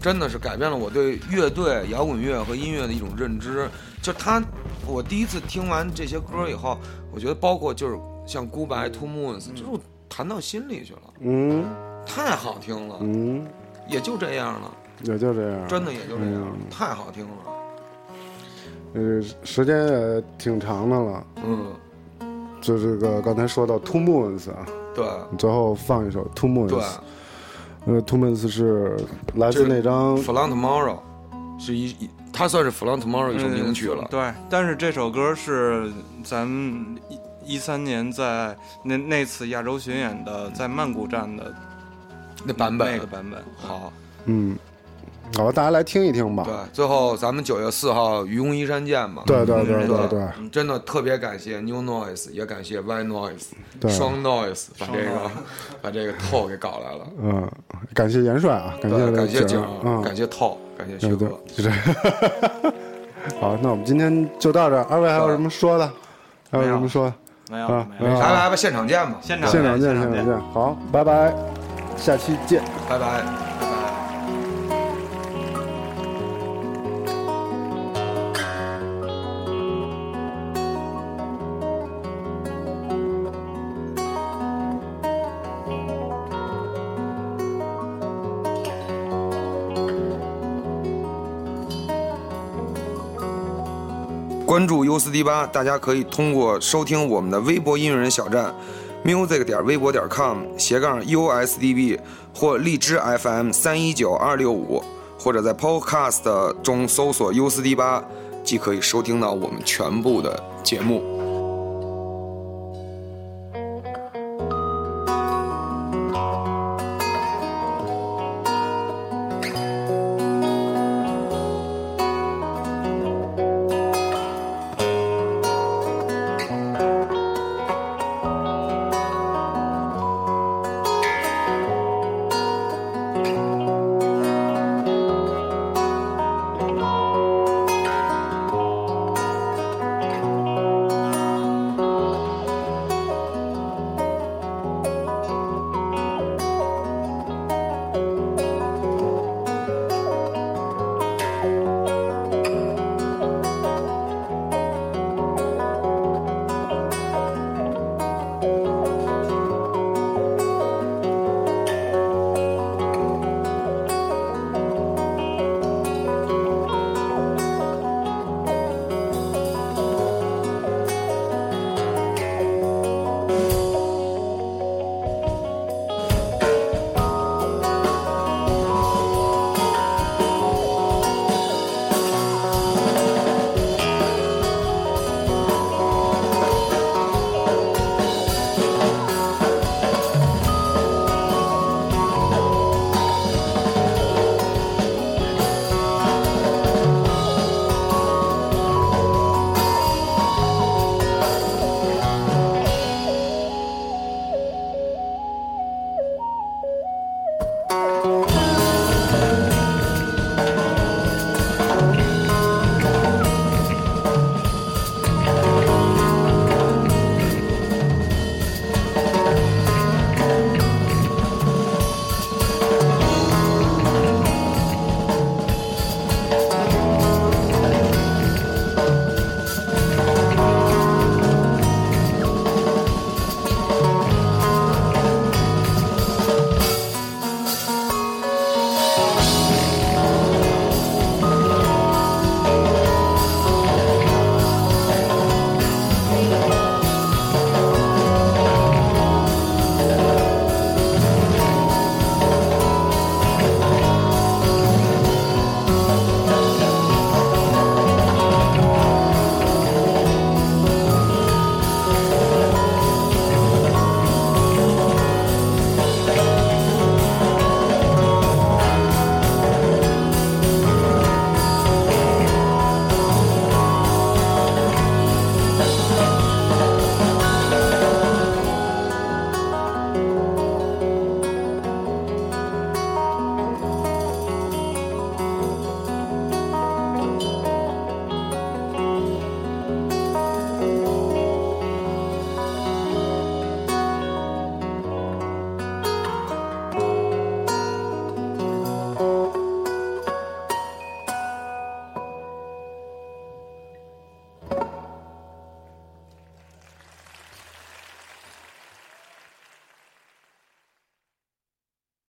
S5: 真的是改变了我对乐队、摇滚乐和音乐的一种认知。就他，我第一次听完这些歌以后，我觉得包括就是像《孤白》《Two Moons》，就是我谈到心里去了，
S4: 嗯
S5: 太好听了，
S4: 嗯，
S5: 也就这样了，
S4: 也就这样。
S5: 真的也就这样了，
S4: 嗯
S5: 太好听了。
S4: 呃，时间也挺长的了。
S5: 嗯，
S4: 就这个刚才说到 Two Moons 啊，
S5: 对
S4: 你最后放一首 Two Moons。
S5: 对，
S4: 呃，Two Moons 是来自
S5: 这
S4: 那张
S5: 《From Tomorrow》是一，一它算是《From Tomorrow》一首名曲了
S6: 嗯。对，但是这首歌是咱们一一三年在那那次亚洲巡演的，在曼谷站的
S5: 那版本
S6: 那个版本。
S5: 好，
S4: 嗯，好吧，大家来听一听吧。
S5: 对，最后咱们九月四号愚公移山见嘛。
S4: 对对对
S6: 嗯
S4: 对
S5: 对
S4: 对
S5: 真的特别感谢 New Noise，也感谢 Y Noise，
S4: 对
S5: 双 Noise 把这
S6: 双
S5: 个
S6: noise
S5: 把这个透给搞来了。
S4: 嗯，感谢元帅 啊，感谢
S5: 对，感谢
S4: 景
S5: 景
S4: 儿，嗯，
S5: 儿，感谢透，感谢
S4: 对
S5: 徐
S4: 对
S5: 哥。，
S4: 就这样。 好，那我们今天就到这儿，二位还有什么说的？还有什么说的？
S6: 没有
S4: 啊
S6: 没有，
S5: 来来吧，现场见吧，
S6: 现场
S4: 现场见，
S6: 见，
S4: 现场见。好，拜拜，下期见。
S5: 拜拜。关注 U 四 D 八，大家可以通过收听我们的微博音乐人小站，music 点微博点 com 斜杠 USDB 或荔枝 FM 三一九二六五，或者在 Podcast 中搜索 U 四 D 八，即可以收听到我们全部的节目。